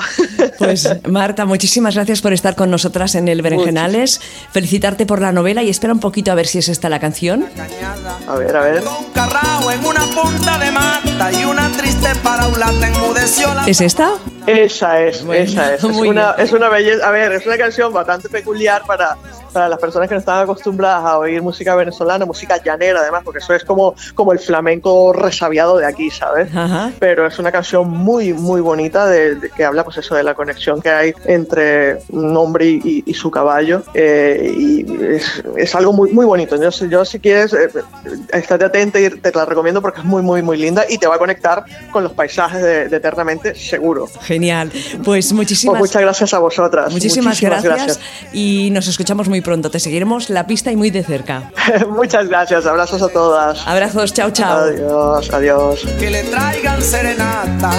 [SPEAKER 1] Pues Marta, muchísimas gracias por estar con nosotras en el Berenjenales. Felicitarte por la novela y espera un poquito a ver si es esta la canción.
[SPEAKER 6] A ver, a ver.
[SPEAKER 7] Un carrao en una punta de mata y una triste paraulata enmudeció la
[SPEAKER 1] ¿Es esta?
[SPEAKER 6] Esa es,
[SPEAKER 1] Bueno,
[SPEAKER 6] esa es. Es
[SPEAKER 1] muy
[SPEAKER 6] una,
[SPEAKER 1] bien.
[SPEAKER 6] es una belleza. A ver, es una canción bastante peculiar para, para las personas que no están acostumbradas a oír música venezolana, música llanera además, porque eso es como, como el flamenco resabiado de aquí, ¿sabes?
[SPEAKER 1] Ajá.
[SPEAKER 6] Pero es una canción muy, muy bonita de, de- que habla pues eso de la conexión que hay entre un hombre y, y- y su caballo. eh, y es, es algo muy, muy bonito. Yo, si- yo si quieres, eh, estate atenta y te la recomiendo porque es muy, muy, muy linda y te va a conectar con los paisajes de- de Eternamente, seguro.
[SPEAKER 1] Genial. Pues muchísimas,
[SPEAKER 6] Pues muchas gracias a vosotras.
[SPEAKER 1] muchísimas gracias, y nos escuchamos muy pronto. Te seguiremos la pista y muy de cerca.
[SPEAKER 6] gracias. muchas gracias. Abrazos a todas.
[SPEAKER 1] Abrazos, chao, chao.
[SPEAKER 6] Adiós, adiós.
[SPEAKER 7] que le traigan serenata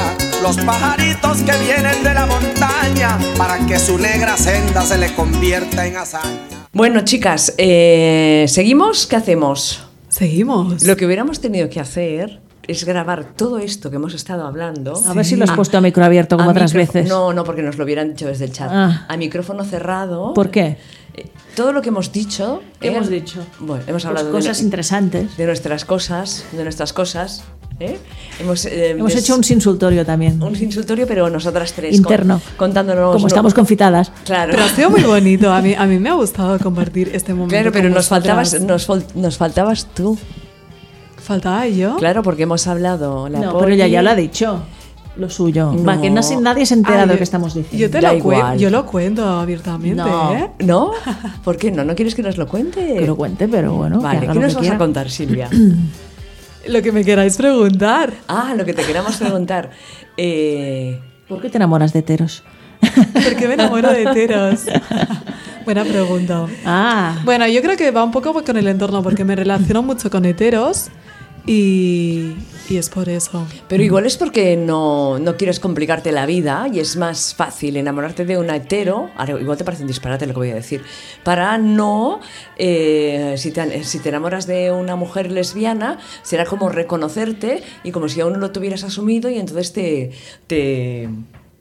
[SPEAKER 7] los pajaritos que vienen de la montaña para que su negra senda se le convierta en hazaña.
[SPEAKER 1] Bueno, chicas, eh, ¿seguimos? ¿Qué hacemos?
[SPEAKER 3] Seguimos.
[SPEAKER 1] Lo que hubiéramos tenido que hacer es grabar todo esto que hemos estado hablando.
[SPEAKER 2] A ver si lo has puesto a micro abierto como
[SPEAKER 1] A
[SPEAKER 2] otras
[SPEAKER 1] micro-
[SPEAKER 2] veces.
[SPEAKER 1] No, no, porque nos lo hubieran dicho desde el chat.
[SPEAKER 2] Ah.
[SPEAKER 1] A micrófono cerrado.
[SPEAKER 2] ¿Por qué?
[SPEAKER 1] Eh, Todo lo que hemos dicho.
[SPEAKER 2] ¿Qué hemos dicho?
[SPEAKER 1] Bueno, hemos
[SPEAKER 2] Pues
[SPEAKER 1] hablado
[SPEAKER 2] cosas
[SPEAKER 1] de,
[SPEAKER 2] interesantes.
[SPEAKER 1] de nuestras cosas, de nuestras cosas. ¿eh? Hemos, eh,
[SPEAKER 2] Hemos
[SPEAKER 1] des-
[SPEAKER 2] hecho un insultorio también.
[SPEAKER 1] un insultorio, pero nosotras tres. con-
[SPEAKER 2] interno.
[SPEAKER 1] contándonos.
[SPEAKER 2] Como
[SPEAKER 1] lo-
[SPEAKER 2] estamos confitadas.
[SPEAKER 1] Claro.
[SPEAKER 3] Pero ha sido muy bonito. A mí, a mí me ha gustado compartir este momento.
[SPEAKER 1] Claro, pero
[SPEAKER 3] con
[SPEAKER 1] nos
[SPEAKER 3] vosotras.
[SPEAKER 1] faltabas, nos, fal- nos faltabas tú.
[SPEAKER 3] Faltaba yo.
[SPEAKER 1] Claro, porque hemos hablado. La
[SPEAKER 2] no,
[SPEAKER 1] Poli-
[SPEAKER 2] pero ella ya lo ha dicho. Lo suyo.
[SPEAKER 1] No.
[SPEAKER 2] Va, que no, se- nadie se entera
[SPEAKER 3] Ah,
[SPEAKER 2] de lo
[SPEAKER 3] yo-
[SPEAKER 2] que estamos diciendo.
[SPEAKER 3] Yo te
[SPEAKER 1] Da
[SPEAKER 3] lo
[SPEAKER 1] igual.
[SPEAKER 3] cuento. Yo lo cuento abiertamente,
[SPEAKER 2] No.
[SPEAKER 3] ¿eh?
[SPEAKER 1] ¿No? ¿Por qué no? ¿No quieres que nos lo cuente?
[SPEAKER 2] Que lo cuente, pero bueno. que
[SPEAKER 1] Vale,
[SPEAKER 2] haga
[SPEAKER 1] ¿qué
[SPEAKER 2] lo
[SPEAKER 1] nos
[SPEAKER 2] que
[SPEAKER 1] vas
[SPEAKER 2] quiera.
[SPEAKER 1] a contar, Silvia?
[SPEAKER 3] Lo que me queráis preguntar.
[SPEAKER 1] ah, lo que te queramos preguntar. Eh,
[SPEAKER 2] ¿Por qué te enamoras de heteros?
[SPEAKER 3] ¿Por qué me enamoro de heteros? Buena pregunta.
[SPEAKER 2] Ah,
[SPEAKER 3] Bueno, yo creo que va un poco con el entorno, porque me relaciono mucho con heteros y, y es por eso.
[SPEAKER 1] pero igual es porque no, no quieres complicarte la vida y es más fácil enamorarte de un hetero. Ahora, igual te parece un disparate lo que voy a decir. Para no. eh, si, te, si te enamoras de una mujer lesbiana, será como reconocerte y como si aún no lo tuvieras asumido y entonces te. te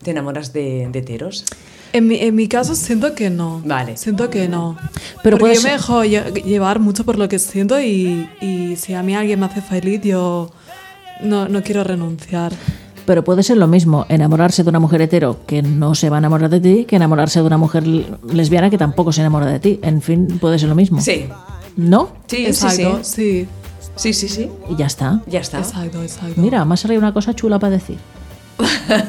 [SPEAKER 1] te enamoras de, de heteros.
[SPEAKER 3] En mi, en mi caso siento que no.
[SPEAKER 1] Vale.
[SPEAKER 3] Siento que no.
[SPEAKER 2] Pero
[SPEAKER 3] Pero
[SPEAKER 2] puede
[SPEAKER 3] Porque yo me
[SPEAKER 2] ser-
[SPEAKER 3] dejo lle- llevar mucho por lo que siento y, y si a mí alguien me hace feliz, yo no, no quiero renunciar.
[SPEAKER 2] pero puede ser lo mismo enamorarse de una mujer hetero que no se va a enamorar de ti que enamorarse de una mujer l- lesbiana que tampoco se enamora de ti. En fin, puede ser lo mismo.
[SPEAKER 1] Sí,
[SPEAKER 2] ¿No?
[SPEAKER 1] sí,
[SPEAKER 3] exacto,
[SPEAKER 1] sí,
[SPEAKER 3] sí.
[SPEAKER 1] sí. Sí, sí, sí.
[SPEAKER 2] Y ya está.
[SPEAKER 1] Ya está.
[SPEAKER 3] Exacto, exacto.
[SPEAKER 2] Mira, me ha salido una cosa chula para decir.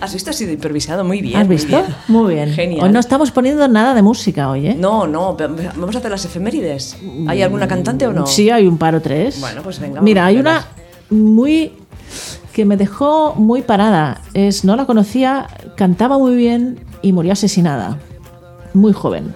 [SPEAKER 1] Has visto, ha sido improvisado muy bien.
[SPEAKER 2] ¿Has
[SPEAKER 1] muy
[SPEAKER 2] visto?
[SPEAKER 1] bien.
[SPEAKER 2] Muy bien.
[SPEAKER 1] Genial.
[SPEAKER 2] Hoy no estamos poniendo nada de música hoy, ¿eh?
[SPEAKER 1] No, no, ve- ve- vamos a hacer las efemérides. ¿Hay alguna cantante o no?
[SPEAKER 2] Sí, hay un par o tres.
[SPEAKER 1] Bueno, pues venga,
[SPEAKER 2] Mira,
[SPEAKER 1] vamos
[SPEAKER 2] hay
[SPEAKER 1] a
[SPEAKER 2] una muy que me dejó muy parada. Es, no la conocía, cantaba muy bien y murió asesinada. Muy joven.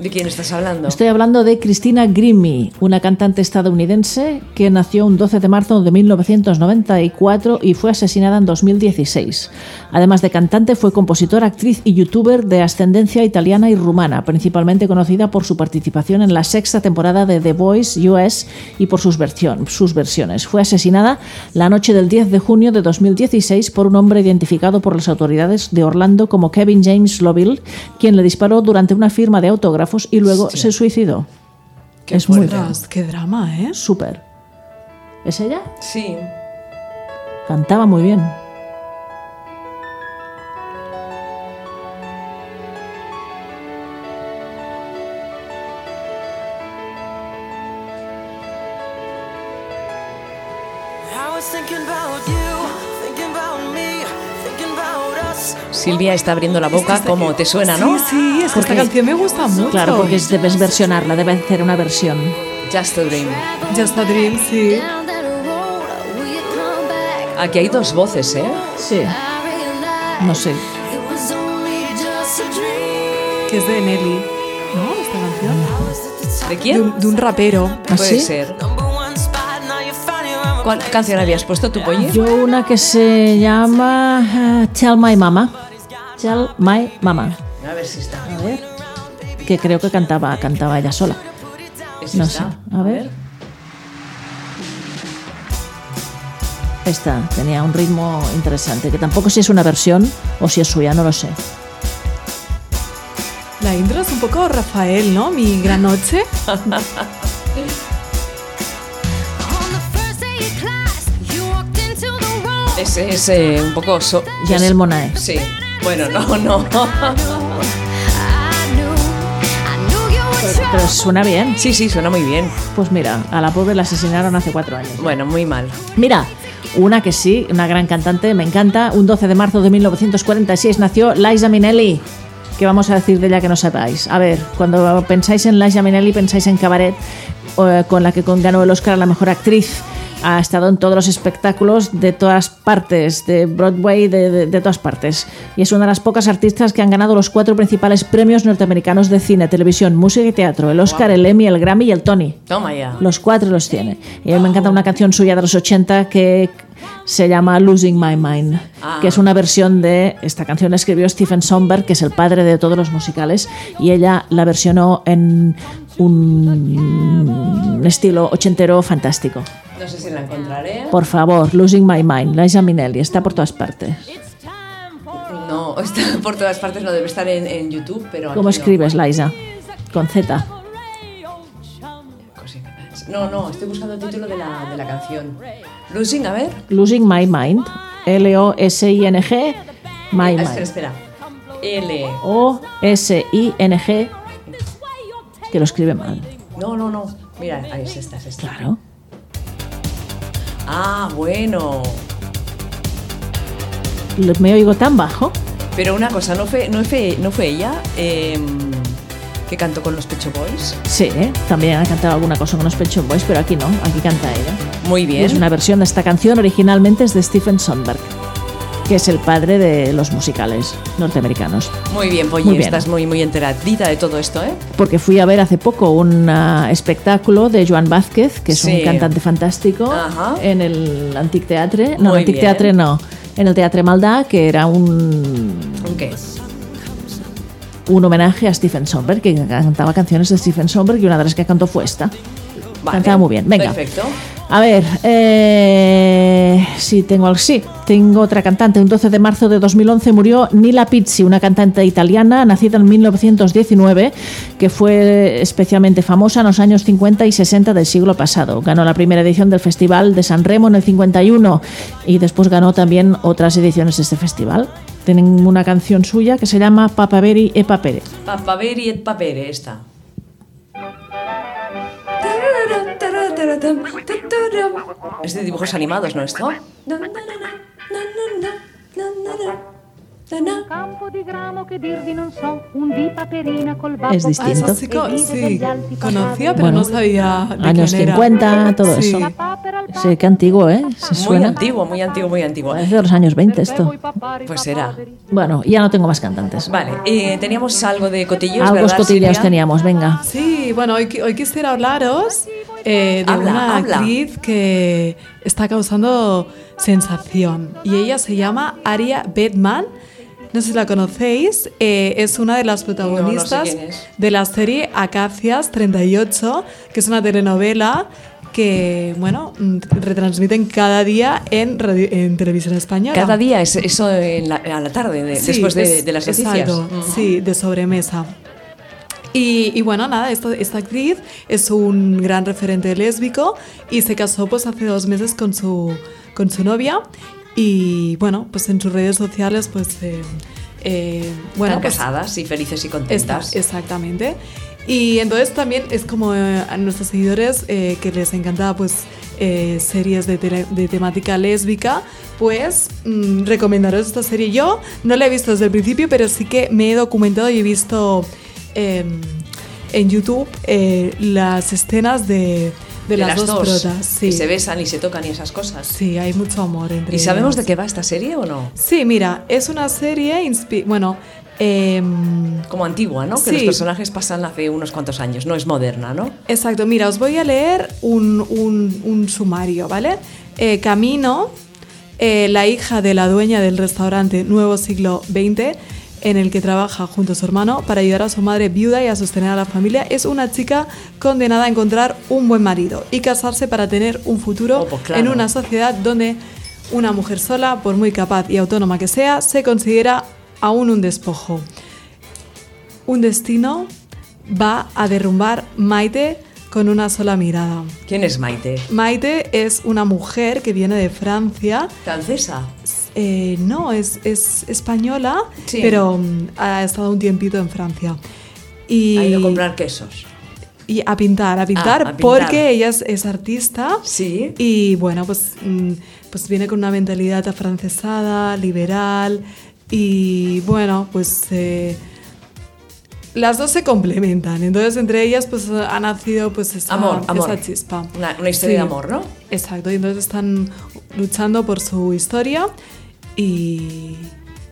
[SPEAKER 1] ¿De quién estás hablando?
[SPEAKER 2] Estoy hablando de Christina Grimmie, una cantante estadounidense que nació un 12 de marzo de 1994 y fue asesinada en 2016. Además de cantante, fue compositora, actriz y youtuber de ascendencia italiana y rumana, principalmente conocida por su participación en la sexta temporada de The Voice US y por sus, versión- sus versiones. Fue asesinada la noche del 10 de junio de 2016 por un hombre identificado por las autoridades de Orlando como Kevin James Lovell, quien le disparó durante una firma de autógrafos y luego se suicidó.
[SPEAKER 1] Qué
[SPEAKER 2] es muy
[SPEAKER 1] fuerte.
[SPEAKER 2] raro.
[SPEAKER 3] Ostras, Pues qué drama, ¿eh?
[SPEAKER 2] Súper. ¿Es ella?
[SPEAKER 1] Sí.
[SPEAKER 2] Cantaba muy bien.
[SPEAKER 1] Silvia está abriendo la
[SPEAKER 2] Este-
[SPEAKER 1] boca, como te suena, ¿no?
[SPEAKER 3] Sí, sí, es que esta canción me gusta mucho.
[SPEAKER 2] Claro, porque es- debes versionarla, debe hacer una versión.
[SPEAKER 1] Just a Dream.
[SPEAKER 3] Just a Dream, sí.
[SPEAKER 1] Aquí hay dos voces, ¿eh?
[SPEAKER 2] Sí. No sé.
[SPEAKER 3] que es de Nelly. ¿No? Esta canción.
[SPEAKER 1] ¿De
[SPEAKER 3] De
[SPEAKER 1] quién?
[SPEAKER 3] un, de un rapero.
[SPEAKER 2] ¿Ah,
[SPEAKER 1] Puede
[SPEAKER 2] sí?
[SPEAKER 1] ser. ¿Cuál canción habías puesto tú, Polly?
[SPEAKER 2] Yo una que se llama ah, Tell My Mama. Tell My Mama.
[SPEAKER 1] A ver si está.
[SPEAKER 2] A ver. Que creo que cantaba, cantaba ella sola.
[SPEAKER 1] ¿Es
[SPEAKER 2] No sé.
[SPEAKER 1] esta?
[SPEAKER 2] A ver. Esta tenía un ritmo interesante, que tampoco sé si es una versión o si es suya, no lo sé.
[SPEAKER 3] La intro es un poco Rafael, ¿no? Mi gran noche.
[SPEAKER 1] Es, es eh, un poco. so-
[SPEAKER 2] Janel Monae.
[SPEAKER 1] Sí. Bueno, no, no.
[SPEAKER 2] Pero suena bien.
[SPEAKER 1] Sí, sí, suena muy bien.
[SPEAKER 2] Pues mira, a la pobre la asesinaron hace cuatro años.
[SPEAKER 1] Bueno, muy mal.
[SPEAKER 2] Mira, una que sí, una gran cantante, me encanta. Un 12 de marzo de 1946 nació Liza Minnelli. ¿Qué vamos a decir de ella que no sepáis? A ver, cuando pensáis en Liza Minnelli, pensáis en Cabaret, eh, con la que con- ganó el Oscar a la mejor actriz. Ha estado en todos los espectáculos de todas partes, de Broadway, de, de- de todas partes. Y es una de las pocas artistas que han ganado los cuatro principales premios norteamericanos de cine, televisión, música y teatro: el Oscar, el Emmy, el Grammy y el Tony.
[SPEAKER 1] Toma ya.
[SPEAKER 2] Los cuatro los tiene. Y a mí me encanta una canción suya de los 80 que se llama Losing My Mind,
[SPEAKER 1] Ah.
[SPEAKER 2] que es una versión de esta canción la escribió Stephen Sommberg, que es el padre de todos los musicales, y ella la versionó en un estilo ochentero fantástico.
[SPEAKER 1] No sé si la encontraré.
[SPEAKER 2] Por favor, Losing My Mind, Liza Minnelli, está por todas partes.
[SPEAKER 1] No, está por todas partes, no debe estar en, en YouTube, pero.
[SPEAKER 2] ¿Cómo
[SPEAKER 1] aquí no.
[SPEAKER 2] escribes, Liza? Con Z.
[SPEAKER 1] No, no, estoy buscando el título de la, de la canción. Losing, a ver.
[SPEAKER 2] Losing My Mind, L-O-S-I-N-G, My
[SPEAKER 1] Ah, espera,
[SPEAKER 2] Mind.
[SPEAKER 1] espera. L.
[SPEAKER 2] O-S-I-N-G, que lo escribe mal.
[SPEAKER 1] No, no, no. Mira, ahí es esta, es esta.
[SPEAKER 2] Claro.
[SPEAKER 1] Ah, bueno.
[SPEAKER 2] Lo- Me oigo tan bajo.
[SPEAKER 1] Pero una cosa, ¿no fue, no fue, no fue ella em, que cantó con los Pecho Boys?
[SPEAKER 2] Sí, ¿eh? también ha cantado alguna cosa con los Pecho Boys, pero aquí no, aquí canta ella.
[SPEAKER 1] Muy
[SPEAKER 2] Y
[SPEAKER 1] bien.
[SPEAKER 2] es una versión de esta canción, originalmente es de Stephen Sondberg, que es el padre de los musicales norteamericanos.
[SPEAKER 1] Muy bien, Polly,
[SPEAKER 2] Muy bien.
[SPEAKER 1] estás muy, muy enteradita de todo esto, ¿eh?
[SPEAKER 2] Porque fui a ver hace poco un ah, espectáculo de Joan Vázquez, que es
[SPEAKER 1] Sí.
[SPEAKER 2] un cantante fantástico,
[SPEAKER 1] Ajá.
[SPEAKER 2] en el Antic Teatre.
[SPEAKER 1] Muy
[SPEAKER 2] No, Antic
[SPEAKER 1] bien.
[SPEAKER 2] Teatre no, en el Teatre Maldá, que era un
[SPEAKER 1] ¿Qué?
[SPEAKER 2] un homenaje a Stephen Sommberg, que cantaba canciones de Stephen Sommberg y una de las que cantó fue esta.
[SPEAKER 1] Vale.
[SPEAKER 2] Cantaba muy bien. Venga.
[SPEAKER 1] Perfecto.
[SPEAKER 2] A ver, eh, sí, tengo al sí. Tengo otra cantante. Un 12 de marzo de 2011 murió Nila Pizzi, una cantante italiana nacida en 1919, que fue especialmente famosa en los años 50 y 60 del siglo pasado. Ganó la primera edición del Festival de San Remo en el 51 y después ganó también otras ediciones de este festival. Tienen una canción suya que se llama Papaveri e Papere.
[SPEAKER 1] Papaveri et papere, esta. Es de dibujos animados, ¿no esto?
[SPEAKER 2] Es
[SPEAKER 3] Ah, esa
[SPEAKER 2] distinto.
[SPEAKER 3] sí, co- sí, conocía, pero
[SPEAKER 2] Bueno,
[SPEAKER 3] no sabía de
[SPEAKER 2] años
[SPEAKER 3] quién era.
[SPEAKER 2] 50, todo
[SPEAKER 3] Sí.
[SPEAKER 2] eso. Sí, qué antiguo, ¿eh? Se
[SPEAKER 1] Muy
[SPEAKER 2] suena.
[SPEAKER 1] antiguo, ¿eh? muy antiguo, muy antiguo.
[SPEAKER 2] Parece de los años 20 esto.
[SPEAKER 1] Pues será.
[SPEAKER 2] Bueno, ya no tengo más cantantes.
[SPEAKER 1] Vale, eh, teníamos algo de cotillos,
[SPEAKER 2] Algo
[SPEAKER 1] ¿verdad,
[SPEAKER 2] escotillas
[SPEAKER 1] Silvia?
[SPEAKER 2] teníamos, venga.
[SPEAKER 3] Sí, bueno, hoy, qui- hoy quisiera hablaros eh, de
[SPEAKER 1] Habla,
[SPEAKER 3] una
[SPEAKER 1] habla.
[SPEAKER 3] actriz que está causando sensación y ella se llama Aria Bedman. No sé si la conocéis, eh, es una de las protagonistas
[SPEAKER 1] quién es.
[SPEAKER 3] de la serie Acacias 38, que es una telenovela que, bueno, mm, retransmiten cada día en, radio- en televisión española.
[SPEAKER 1] Cada día es eso en la- a la tarde, de-
[SPEAKER 3] Sí,
[SPEAKER 1] después de,
[SPEAKER 3] es-
[SPEAKER 1] de las
[SPEAKER 3] es
[SPEAKER 1] noticias.
[SPEAKER 3] algo,
[SPEAKER 1] Mm.
[SPEAKER 3] Sí, de sobremesa. Y, y bueno, nada, esto- esta actriz es un gran referente lésbico y se casó pues hace dos meses con su, con su novia y bueno, pues en sus redes sociales pues... eh, eh, bueno,
[SPEAKER 1] Están
[SPEAKER 3] pues,
[SPEAKER 1] casadas y felices y
[SPEAKER 3] Está-
[SPEAKER 1] contentas.
[SPEAKER 3] exactamente. Y entonces también es como eh, a nuestros seguidores eh, que les encanta pues eh, series de, tele- de temática lésbica, pues mm, recomendaros esta serie. Yo no la he visto desde el principio, pero sí que me he documentado y he visto em, en YouTube eh, las escenas de, De las dos protas, sí.
[SPEAKER 1] que se besan y se tocan y esas cosas.
[SPEAKER 3] Sí, hay mucho amor entre
[SPEAKER 1] ¿Y sabemos de
[SPEAKER 3] ellas.
[SPEAKER 1] qué va esta serie o no?
[SPEAKER 3] Sí, mira, es una serie inspi- bueno, em,
[SPEAKER 1] Como antigua, ¿no? Que
[SPEAKER 3] Sí.
[SPEAKER 1] los personajes pasan hace unos cuantos años, no es moderna, ¿no?
[SPEAKER 3] Exacto, mira, os voy a leer un, un- un sumario, ¿vale? Eh, Camino, eh, la hija de la dueña del restaurante Nuevo Siglo XX, en el que trabaja junto a su hermano para ayudar a su madre viuda y a sostener a la familia, es una chica condenada a encontrar un buen marido y casarse para tener un futuro
[SPEAKER 1] Oh, pues claro.
[SPEAKER 3] en una sociedad donde una mujer sola, por muy capaz y autónoma que sea, se considera aún un despojo un destino va a derrumbar Maite con una sola mirada.
[SPEAKER 1] ¿Quién es Maite?
[SPEAKER 3] Maite es una mujer que viene de Francia.
[SPEAKER 1] ¿Francesa?
[SPEAKER 3] eh, no, es, es española,
[SPEAKER 1] Sí.
[SPEAKER 3] pero mm, ha estado un tiempito en Francia. Y,
[SPEAKER 1] Ha ido a comprar quesos.
[SPEAKER 3] y a pintar, a pintar,
[SPEAKER 1] a pintar.
[SPEAKER 3] porque ella es, es artista.
[SPEAKER 1] Sí.
[SPEAKER 3] Y bueno, pues, mm, pues viene con una mentalidad afrancesada, liberal y bueno, pues eh, las dos se complementan. Entonces entre ellas pues ha nacido pues esa,
[SPEAKER 1] Amor, amor.
[SPEAKER 3] esa chispa.
[SPEAKER 1] Una- una historia de amor, ¿no?
[SPEAKER 3] Exacto, y entonces están luchando por su historia y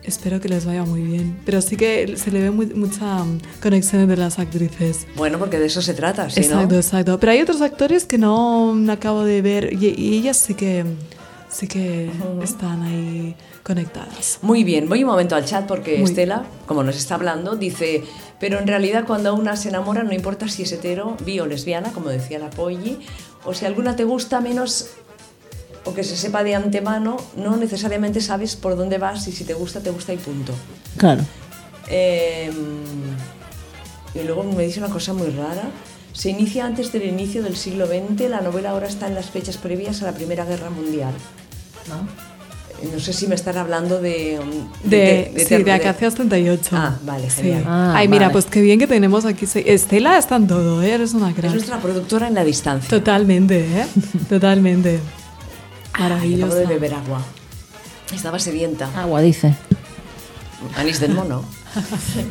[SPEAKER 3] espero que les vaya muy bien. Pero sí que se le ve muy- mucha mm, conexión entre las actrices.
[SPEAKER 1] Bueno, porque de eso se trata, ¿sí,
[SPEAKER 3] Exacto,
[SPEAKER 1] no?
[SPEAKER 3] exacto. Pero hay otros actores que no acabo de ver y, y ellas sí que, sí que están ahí conectadas.
[SPEAKER 1] Muy bien, voy un momento al chat porque
[SPEAKER 3] Muy-
[SPEAKER 1] Estela, como nos está hablando, dice, pero en realidad cuando una se enamora no importa si es hetero, bi o lesbiana, como decía la Polly, o si alguna te gusta menos o que se sepa de antemano, no necesariamente sabes por dónde vas y si te gusta, te gusta y punto.
[SPEAKER 2] Claro.
[SPEAKER 1] Eh, y luego me dice una cosa muy rara. Se inicia antes del inicio del siglo XX, la novela ahora está en las fechas previas a la Primera Guerra Mundial. ¿No? sé si me están hablando de...
[SPEAKER 3] Ah. De, sí, de,
[SPEAKER 1] ter-
[SPEAKER 3] Acacias 38.
[SPEAKER 1] Ah, vale, genial.
[SPEAKER 2] Ah,
[SPEAKER 3] Ay, mira,
[SPEAKER 2] vale.
[SPEAKER 3] pues qué bien que tenemos aquí. se- Estela está en todo, ¿eh? eres una
[SPEAKER 1] Es
[SPEAKER 3] gran.
[SPEAKER 1] nuestra productora en la distancia.
[SPEAKER 3] Totalmente, ¿eh? Totalmente.
[SPEAKER 1] Ay, acabo
[SPEAKER 3] Maravilloso.
[SPEAKER 1] de beber agua. Estaba sedienta.
[SPEAKER 3] Ah.
[SPEAKER 2] Agua, dice.
[SPEAKER 1] Anís del mono.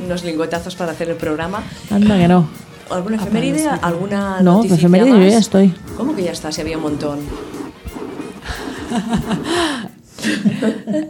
[SPEAKER 1] Unos lingüetazos para hacer el programa.
[SPEAKER 2] Anda que no.
[SPEAKER 1] ¿Alguna
[SPEAKER 3] Ah,
[SPEAKER 1] efeméride? ¿Alguna
[SPEAKER 2] No,
[SPEAKER 1] noticia
[SPEAKER 2] efeméride yo
[SPEAKER 1] más?
[SPEAKER 2] ya estoy.
[SPEAKER 1] ¿Cómo que ya está? Si había un montón.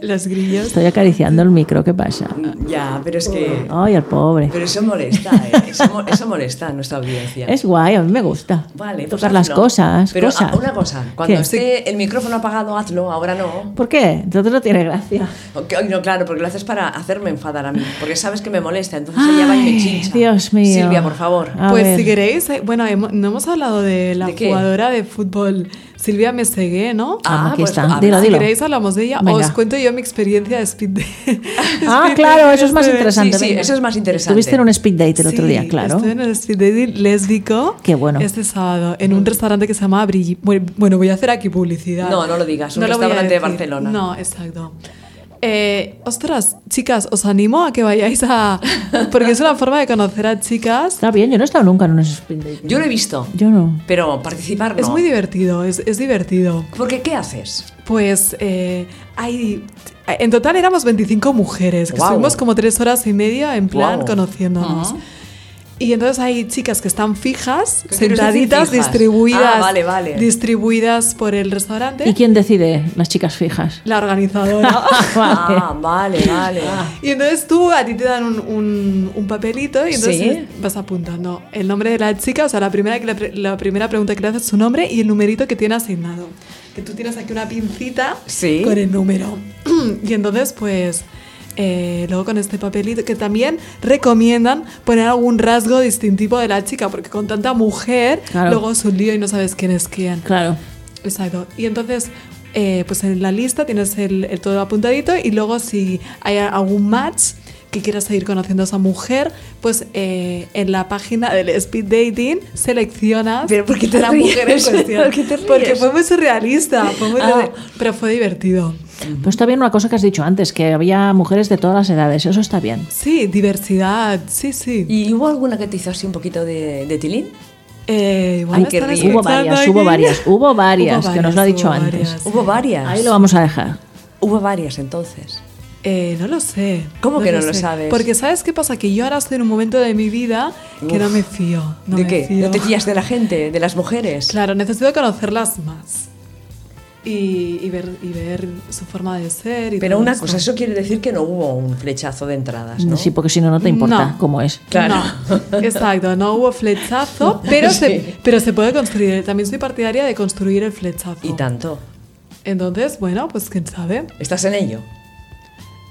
[SPEAKER 3] Los grillos.
[SPEAKER 2] Estoy acariciando el micro, ¿qué pasa?
[SPEAKER 1] Ya, pero es que...
[SPEAKER 2] Ay, el pobre.
[SPEAKER 1] Pero eso molesta, ¿eh? eso, mo- eso molesta a nuestra audiencia.
[SPEAKER 2] Es guay, a mí me gusta.
[SPEAKER 1] Vale, pues
[SPEAKER 2] Tocar las
[SPEAKER 1] hazlo.
[SPEAKER 2] cosas.
[SPEAKER 1] Pero ah,
[SPEAKER 2] cosas.
[SPEAKER 1] una cosa, cuando
[SPEAKER 2] ¿Qué?
[SPEAKER 1] esté el micrófono apagado, hazlo, ahora no.
[SPEAKER 2] ¿Por qué? Entonces no tiene gracia.
[SPEAKER 1] Ok, No, claro, porque lo haces para hacerme enfadar a mí, porque sabes que me molesta, entonces ella va y me
[SPEAKER 2] Ay,
[SPEAKER 1] chincha.
[SPEAKER 2] Dios mío. Ah.
[SPEAKER 1] Silvia, por favor.
[SPEAKER 2] A
[SPEAKER 3] pues
[SPEAKER 2] ver.
[SPEAKER 3] si queréis, eh, bueno, hemo- no hemos hablado de la
[SPEAKER 1] ¿De qué?
[SPEAKER 3] jugadora de fútbol Silvia Mesegué, ¿no?
[SPEAKER 1] Ah,
[SPEAKER 2] aquí
[SPEAKER 1] pues
[SPEAKER 2] está.
[SPEAKER 1] habla.
[SPEAKER 2] Dilo,
[SPEAKER 3] Si
[SPEAKER 2] dilo.
[SPEAKER 3] queréis hablamos de ella,
[SPEAKER 2] Venga.
[SPEAKER 3] os cuento yo mi experiencia de speed date.
[SPEAKER 2] Ah,
[SPEAKER 3] Speed
[SPEAKER 2] claro,
[SPEAKER 3] date
[SPEAKER 2] eso es más
[SPEAKER 3] este-
[SPEAKER 2] interesante.
[SPEAKER 1] sí,
[SPEAKER 2] venga.
[SPEAKER 1] eso es más interesante.
[SPEAKER 2] Estuviste en un speed date el otro
[SPEAKER 3] Sí,
[SPEAKER 2] día, claro.
[SPEAKER 3] Estuve en el speed date lésbico.
[SPEAKER 2] Qué bueno.
[SPEAKER 3] Este sábado, en un restaurante que se llama Brilli. Bueno, voy a hacer aquí publicidad.
[SPEAKER 1] No, no lo digas, un
[SPEAKER 3] lo voy a
[SPEAKER 1] restaurante de
[SPEAKER 3] decir.
[SPEAKER 1] Barcelona.
[SPEAKER 3] No, exacto. Eh, ostras, chicas, os animo a que vayáis a. Porque es una forma de conocer a chicas.
[SPEAKER 2] Está bien, yo no he estado nunca en un speed date.
[SPEAKER 1] Yo lo he visto,
[SPEAKER 2] Yo no.
[SPEAKER 1] pero participar no.
[SPEAKER 3] Es muy divertido, es, es divertido.
[SPEAKER 1] Porque ¿qué haces?
[SPEAKER 3] Pues eh, hay. En total éramos 25 mujeres, que
[SPEAKER 1] Guau.
[SPEAKER 3] estuvimos como tres horas y media en plan
[SPEAKER 1] Guau.
[SPEAKER 3] conociéndonos. Y entonces hay chicas que están fijas,
[SPEAKER 1] ¿Qué quieres
[SPEAKER 3] sentaditas,
[SPEAKER 1] decir fijas?
[SPEAKER 3] distribuidas,
[SPEAKER 1] Ah, vale, vale.
[SPEAKER 3] distribuidas por el restaurante.
[SPEAKER 1] ¿Eh?
[SPEAKER 2] ¿Y quién decide? Las chicas fijas.
[SPEAKER 3] La organizadora.
[SPEAKER 2] Vale. Ah.
[SPEAKER 1] Ah, vale, vale.
[SPEAKER 3] y entonces tú, a ti te dan un, un- un papelito y entonces
[SPEAKER 1] Sí.
[SPEAKER 3] vas apuntando el nombre de la chica, o sea, la primera, que le pre- la primera pregunta que le haces es su nombre y el numerito que tiene asignado. Que tú tienes aquí una pincita
[SPEAKER 1] Sí.
[SPEAKER 3] con el número. y entonces, pues, eh, luego con este papelito, que también recomiendan poner algún rasgo distintivo de la chica, porque con tanta mujer,
[SPEAKER 2] Claro.
[SPEAKER 3] luego es un lío y no sabes quién es quién.
[SPEAKER 2] Claro.
[SPEAKER 3] Exacto. Y entonces, eh, pues en la lista tienes el, el todo apuntadito y luego si hay a- algún match que quieras seguir conociendo a esa mujer, pues eh, en la página del speed dating seleccionas
[SPEAKER 1] Pero ¿por qué te
[SPEAKER 3] a la
[SPEAKER 1] ríes?
[SPEAKER 3] mujer en cuestión.
[SPEAKER 1] ¿Por qué te ríes?
[SPEAKER 3] Porque fue muy surrealista, fue muy
[SPEAKER 1] Ah.
[SPEAKER 3] surre- pero fue divertido.
[SPEAKER 2] Pero está bien una cosa que has dicho antes, que había mujeres de todas las edades. Eso está bien.
[SPEAKER 3] Sí, diversidad, sí, sí.
[SPEAKER 1] ¿Y hubo alguna que te hizo así un poquito de, de tilín?
[SPEAKER 3] Eh, igual
[SPEAKER 1] Ay,
[SPEAKER 3] me
[SPEAKER 1] qué
[SPEAKER 3] están
[SPEAKER 1] río.
[SPEAKER 2] Hubo
[SPEAKER 3] escuchando
[SPEAKER 2] varias, hubo
[SPEAKER 3] aquí.
[SPEAKER 2] varias, hubo varias,
[SPEAKER 3] Hubo
[SPEAKER 2] que nos lo ha
[SPEAKER 3] varias,
[SPEAKER 2] dicho
[SPEAKER 3] hubo
[SPEAKER 2] antes.
[SPEAKER 3] varias.
[SPEAKER 1] Hubo varias.
[SPEAKER 2] Ahí lo vamos a dejar.
[SPEAKER 1] Hubo varias entonces.
[SPEAKER 3] Eh, no lo sé.
[SPEAKER 1] ¿Cómo que no
[SPEAKER 3] sé.
[SPEAKER 1] lo sabes?
[SPEAKER 3] Porque ¿sabes qué pasa? Que yo ahora estoy en un momento de mi vida que
[SPEAKER 1] Uf.
[SPEAKER 3] no me fío. No
[SPEAKER 1] ¿De
[SPEAKER 3] me
[SPEAKER 1] qué?
[SPEAKER 3] fío.
[SPEAKER 1] ¿No te guías de la gente, de las mujeres?
[SPEAKER 3] Claro, necesito conocerlas más. Y, y ver, y ver su forma de ser. y
[SPEAKER 1] Pero
[SPEAKER 3] todo
[SPEAKER 1] una
[SPEAKER 3] esto.
[SPEAKER 1] cosa, eso quiere decir que no hubo un flechazo de entradas, ¿no?
[SPEAKER 2] Sí, porque si no, no te importa
[SPEAKER 3] No.
[SPEAKER 2] cómo es.
[SPEAKER 1] Claro.
[SPEAKER 3] No, exacto, no hubo flechazo, pero,
[SPEAKER 1] Sí.
[SPEAKER 3] se, pero se puede construir. También soy partidaria de construir el flechazo.
[SPEAKER 1] Y tanto.
[SPEAKER 3] Entonces, bueno, pues quién sabe.
[SPEAKER 1] ¿Estás en ello?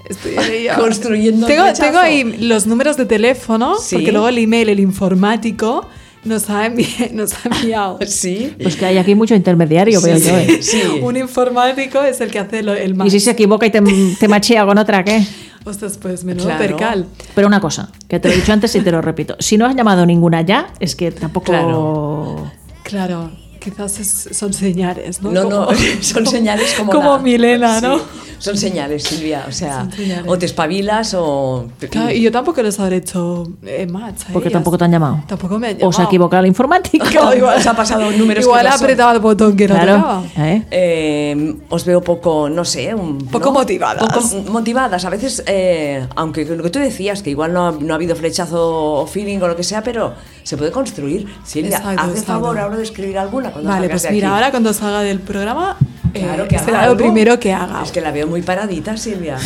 [SPEAKER 3] Estoy en ello.
[SPEAKER 1] Construyendo el
[SPEAKER 3] tengo,
[SPEAKER 1] rechazo.
[SPEAKER 3] tengo ahí los números de teléfono,
[SPEAKER 1] Sí.
[SPEAKER 3] porque luego el email, el informático, nos ha, envi- nos ha enviado.
[SPEAKER 1] Sí.
[SPEAKER 2] Pues que hay aquí mucho intermediario, veo yo. ¿eh?
[SPEAKER 1] Sí.
[SPEAKER 3] Un informático es el que hace lo- el
[SPEAKER 2] Y
[SPEAKER 3] más.
[SPEAKER 2] si se equivoca y te, te machea con otra, ¿qué?
[SPEAKER 3] Ostras, pues menudo
[SPEAKER 1] Claro.
[SPEAKER 3] percal.
[SPEAKER 2] Pero una cosa, que te lo he dicho antes y te lo repito. Si no has llamado ninguna ya, es que tampoco...
[SPEAKER 1] Claro.
[SPEAKER 3] Claro, quizás es- son señales, ¿no?
[SPEAKER 1] No, no,
[SPEAKER 3] Como-
[SPEAKER 1] son señales como.
[SPEAKER 3] Como
[SPEAKER 1] la-
[SPEAKER 3] Milena, ¿no?
[SPEAKER 1] Sí, son señales, Silvia. O sea,
[SPEAKER 3] Son señales.
[SPEAKER 1] o te espabilas o.
[SPEAKER 3] Claro, y yo tampoco les habré hecho eh, match. a
[SPEAKER 2] Porque
[SPEAKER 3] ellas.
[SPEAKER 2] tampoco te han llamado.
[SPEAKER 3] Tampoco me han
[SPEAKER 2] O se ha
[SPEAKER 3] llamado.
[SPEAKER 2] equivocado el informático.
[SPEAKER 1] Claro, igual se ha pasado números que
[SPEAKER 3] Igual
[SPEAKER 1] no
[SPEAKER 3] ha
[SPEAKER 1] son.
[SPEAKER 3] apretado el botón que no
[SPEAKER 2] Claro.
[SPEAKER 3] tocaba.
[SPEAKER 2] ¿eh?
[SPEAKER 1] Eh, os veo poco, no sé, un,
[SPEAKER 3] Poco
[SPEAKER 1] ¿no?
[SPEAKER 3] motivadas.
[SPEAKER 1] Poco motivadas. A veces, eh, aunque lo que tú decías, que igual no ha, no ha habido flechazo o feeling o lo que sea, pero se puede construir. Silvia,
[SPEAKER 3] Exacto,
[SPEAKER 1] haz el
[SPEAKER 3] exacto.
[SPEAKER 1] favor ahora de escribir alguna. cuando
[SPEAKER 3] Vale,
[SPEAKER 1] salgas
[SPEAKER 3] pues
[SPEAKER 1] de
[SPEAKER 3] mira,
[SPEAKER 1] aquí.
[SPEAKER 3] ahora cuando salga del programa, eh,
[SPEAKER 1] Claro que
[SPEAKER 3] será
[SPEAKER 1] haga
[SPEAKER 3] lo
[SPEAKER 1] algo.
[SPEAKER 3] primero que haga.
[SPEAKER 1] Es que la veo muy paradita, Silvia.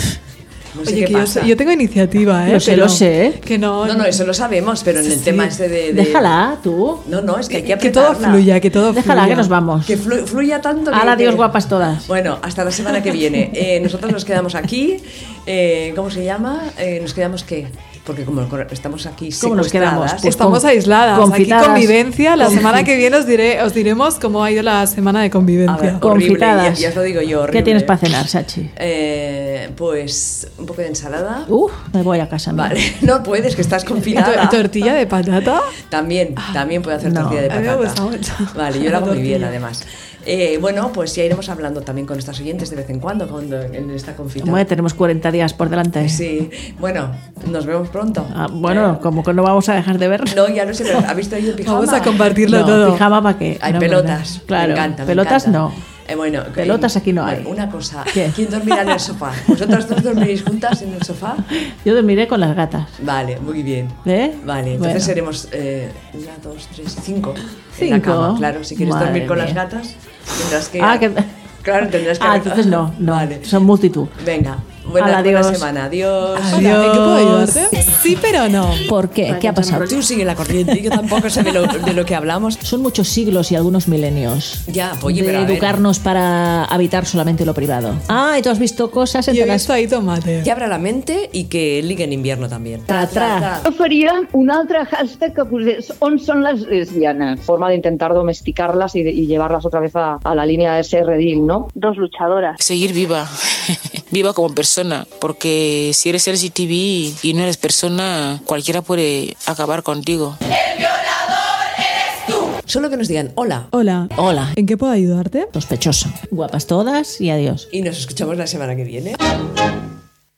[SPEAKER 1] No sé
[SPEAKER 3] Oye,
[SPEAKER 1] qué
[SPEAKER 3] que yo,
[SPEAKER 1] pasa.
[SPEAKER 3] sé- yo tengo iniciativa, ¿eh?
[SPEAKER 2] Lo sé,
[SPEAKER 3] Pero
[SPEAKER 2] lo sé, ¿eh?
[SPEAKER 3] Que no,
[SPEAKER 1] No, no, eso lo sabemos, pero en el
[SPEAKER 3] Sí.
[SPEAKER 1] tema este de, de-
[SPEAKER 2] Déjala, tú.
[SPEAKER 1] No, no, es que hay que
[SPEAKER 3] Que todo
[SPEAKER 1] apretarla.
[SPEAKER 3] fluya, que todo
[SPEAKER 2] Déjala,
[SPEAKER 3] fluya.
[SPEAKER 2] que nos vamos.
[SPEAKER 1] Que flu- fluya tanto. que-
[SPEAKER 2] Hala, adiós,
[SPEAKER 1] que-
[SPEAKER 2] guapas todas.
[SPEAKER 1] Bueno, hasta la semana que viene. Eh, nosotros nos quedamos aquí. Eh, ¿Cómo se llama? Eh, ¿Nos quedamos qué? Porque como cor- estamos aquí
[SPEAKER 2] ¿Cómo nos quedamos?
[SPEAKER 1] secuestradas,
[SPEAKER 2] Pues
[SPEAKER 3] Estamos
[SPEAKER 2] con-
[SPEAKER 3] aisladas,
[SPEAKER 2] confitadas.
[SPEAKER 3] aquí convivencia. La
[SPEAKER 2] Confi-
[SPEAKER 3] semana que viene os, diré, os diremos cómo ha ido la semana de
[SPEAKER 1] a ver,
[SPEAKER 3] convivencia.
[SPEAKER 1] horrible,
[SPEAKER 2] Confitadas.
[SPEAKER 1] Ya, ya os lo digo yo. horrible.
[SPEAKER 2] ¿Qué tienes para cenar, Sachi?
[SPEAKER 1] Eh, pues un poco de ensalada.
[SPEAKER 2] Uf, me voy a casa. mira.
[SPEAKER 1] Vale, no puedes, que estás
[SPEAKER 3] ¿Y tor-
[SPEAKER 1] confinada.
[SPEAKER 3] y tortilla de patata?
[SPEAKER 1] También, también puede hacer
[SPEAKER 2] Ah. no.
[SPEAKER 1] tortilla de
[SPEAKER 3] A mí me
[SPEAKER 1] patata.
[SPEAKER 3] gusta mucho
[SPEAKER 1] Vale, yo
[SPEAKER 3] la
[SPEAKER 1] la hago muy
[SPEAKER 3] tortilla.
[SPEAKER 1] bien además. Eh, bueno, pues ya iremos hablando también con nuestras oyentes de vez en cuando cuando en esta confita.
[SPEAKER 2] Hombre, tenemos 40 días por delante.
[SPEAKER 1] Sí, bueno, nos vemos pronto. Eh,
[SPEAKER 2] Ah, bueno, como que no vamos a dejar de ver.
[SPEAKER 1] No, ya no sé, pero ¿habéis traído el pijama?
[SPEAKER 3] Vamos a compartirlo
[SPEAKER 2] No,
[SPEAKER 3] todo.
[SPEAKER 2] pijama para qué.
[SPEAKER 1] Hay
[SPEAKER 2] No,
[SPEAKER 1] pelotas.
[SPEAKER 2] bueno, Claro,
[SPEAKER 1] me encanta, me
[SPEAKER 2] pelotas
[SPEAKER 1] encanta.
[SPEAKER 2] no.
[SPEAKER 1] Eh, bueno,
[SPEAKER 2] Pelotas
[SPEAKER 1] eh,
[SPEAKER 2] aquí no
[SPEAKER 1] bueno,
[SPEAKER 2] hay.
[SPEAKER 1] Una cosa,
[SPEAKER 2] ¿Qué?
[SPEAKER 1] ¿quién dormirá en el sofá? ¿Vosotras dos dormiréis juntas en el sofá?
[SPEAKER 2] Yo dormiré con las gatas.
[SPEAKER 1] Vale, muy bien.
[SPEAKER 2] ¿Eh?
[SPEAKER 1] Vale, entonces
[SPEAKER 2] Bueno.
[SPEAKER 1] seremos eh, una, dos, tres, cinco, en la
[SPEAKER 2] Cinco.
[SPEAKER 1] cama. Claro, si quieres
[SPEAKER 2] Madre
[SPEAKER 1] dormir con las
[SPEAKER 2] mía.
[SPEAKER 1] gatas, tendrás que.
[SPEAKER 2] Ah, que-
[SPEAKER 1] Claro, tendrás que.
[SPEAKER 2] Ah, entonces no, no.
[SPEAKER 1] Vale.
[SPEAKER 2] Son multitud.
[SPEAKER 1] Venga, buena,
[SPEAKER 2] Hala,
[SPEAKER 1] buena
[SPEAKER 2] adiós.
[SPEAKER 1] semana. Adiós.
[SPEAKER 3] Adiós. ¿En qué
[SPEAKER 2] Pues,
[SPEAKER 3] puedo ayudarte? Sí, pero no.
[SPEAKER 4] ¿Por qué? ¿Qué ha pasado?
[SPEAKER 1] Tú sigue la corriente, yo tampoco sé de lo, de lo que hablamos.
[SPEAKER 2] Son muchos siglos y algunos milenios.
[SPEAKER 1] Ya, oye,
[SPEAKER 2] de
[SPEAKER 1] pero a ver.
[SPEAKER 2] educarnos para habitar solamente lo privado. Ah, y tú has visto cosas
[SPEAKER 3] Yo
[SPEAKER 2] entre
[SPEAKER 3] he
[SPEAKER 2] las...
[SPEAKER 3] visto ahí tomate.
[SPEAKER 1] Que abra la mente y que ligue en invierno también.
[SPEAKER 2] Tra, tra.
[SPEAKER 8] Jo faria un altre hashtag que posés on són les lesbianes.
[SPEAKER 9] forma de intentar domesticarlas y, de- y llevarlas otra vez a, a la línea de ese redil, ¿no?
[SPEAKER 8] Dos luchadoras.
[SPEAKER 10] seguir viva, viva como persona, porque Eh, si eres LGTB y no eres persona, cualquiera puede acabar contigo.
[SPEAKER 1] Solo que nos digan hola
[SPEAKER 3] Hola.
[SPEAKER 2] Hola.
[SPEAKER 3] ¿En qué puedo ayudarte?
[SPEAKER 2] Sospechoso. Guapas todas y adiós.
[SPEAKER 1] y nos escuchamos la semana que viene.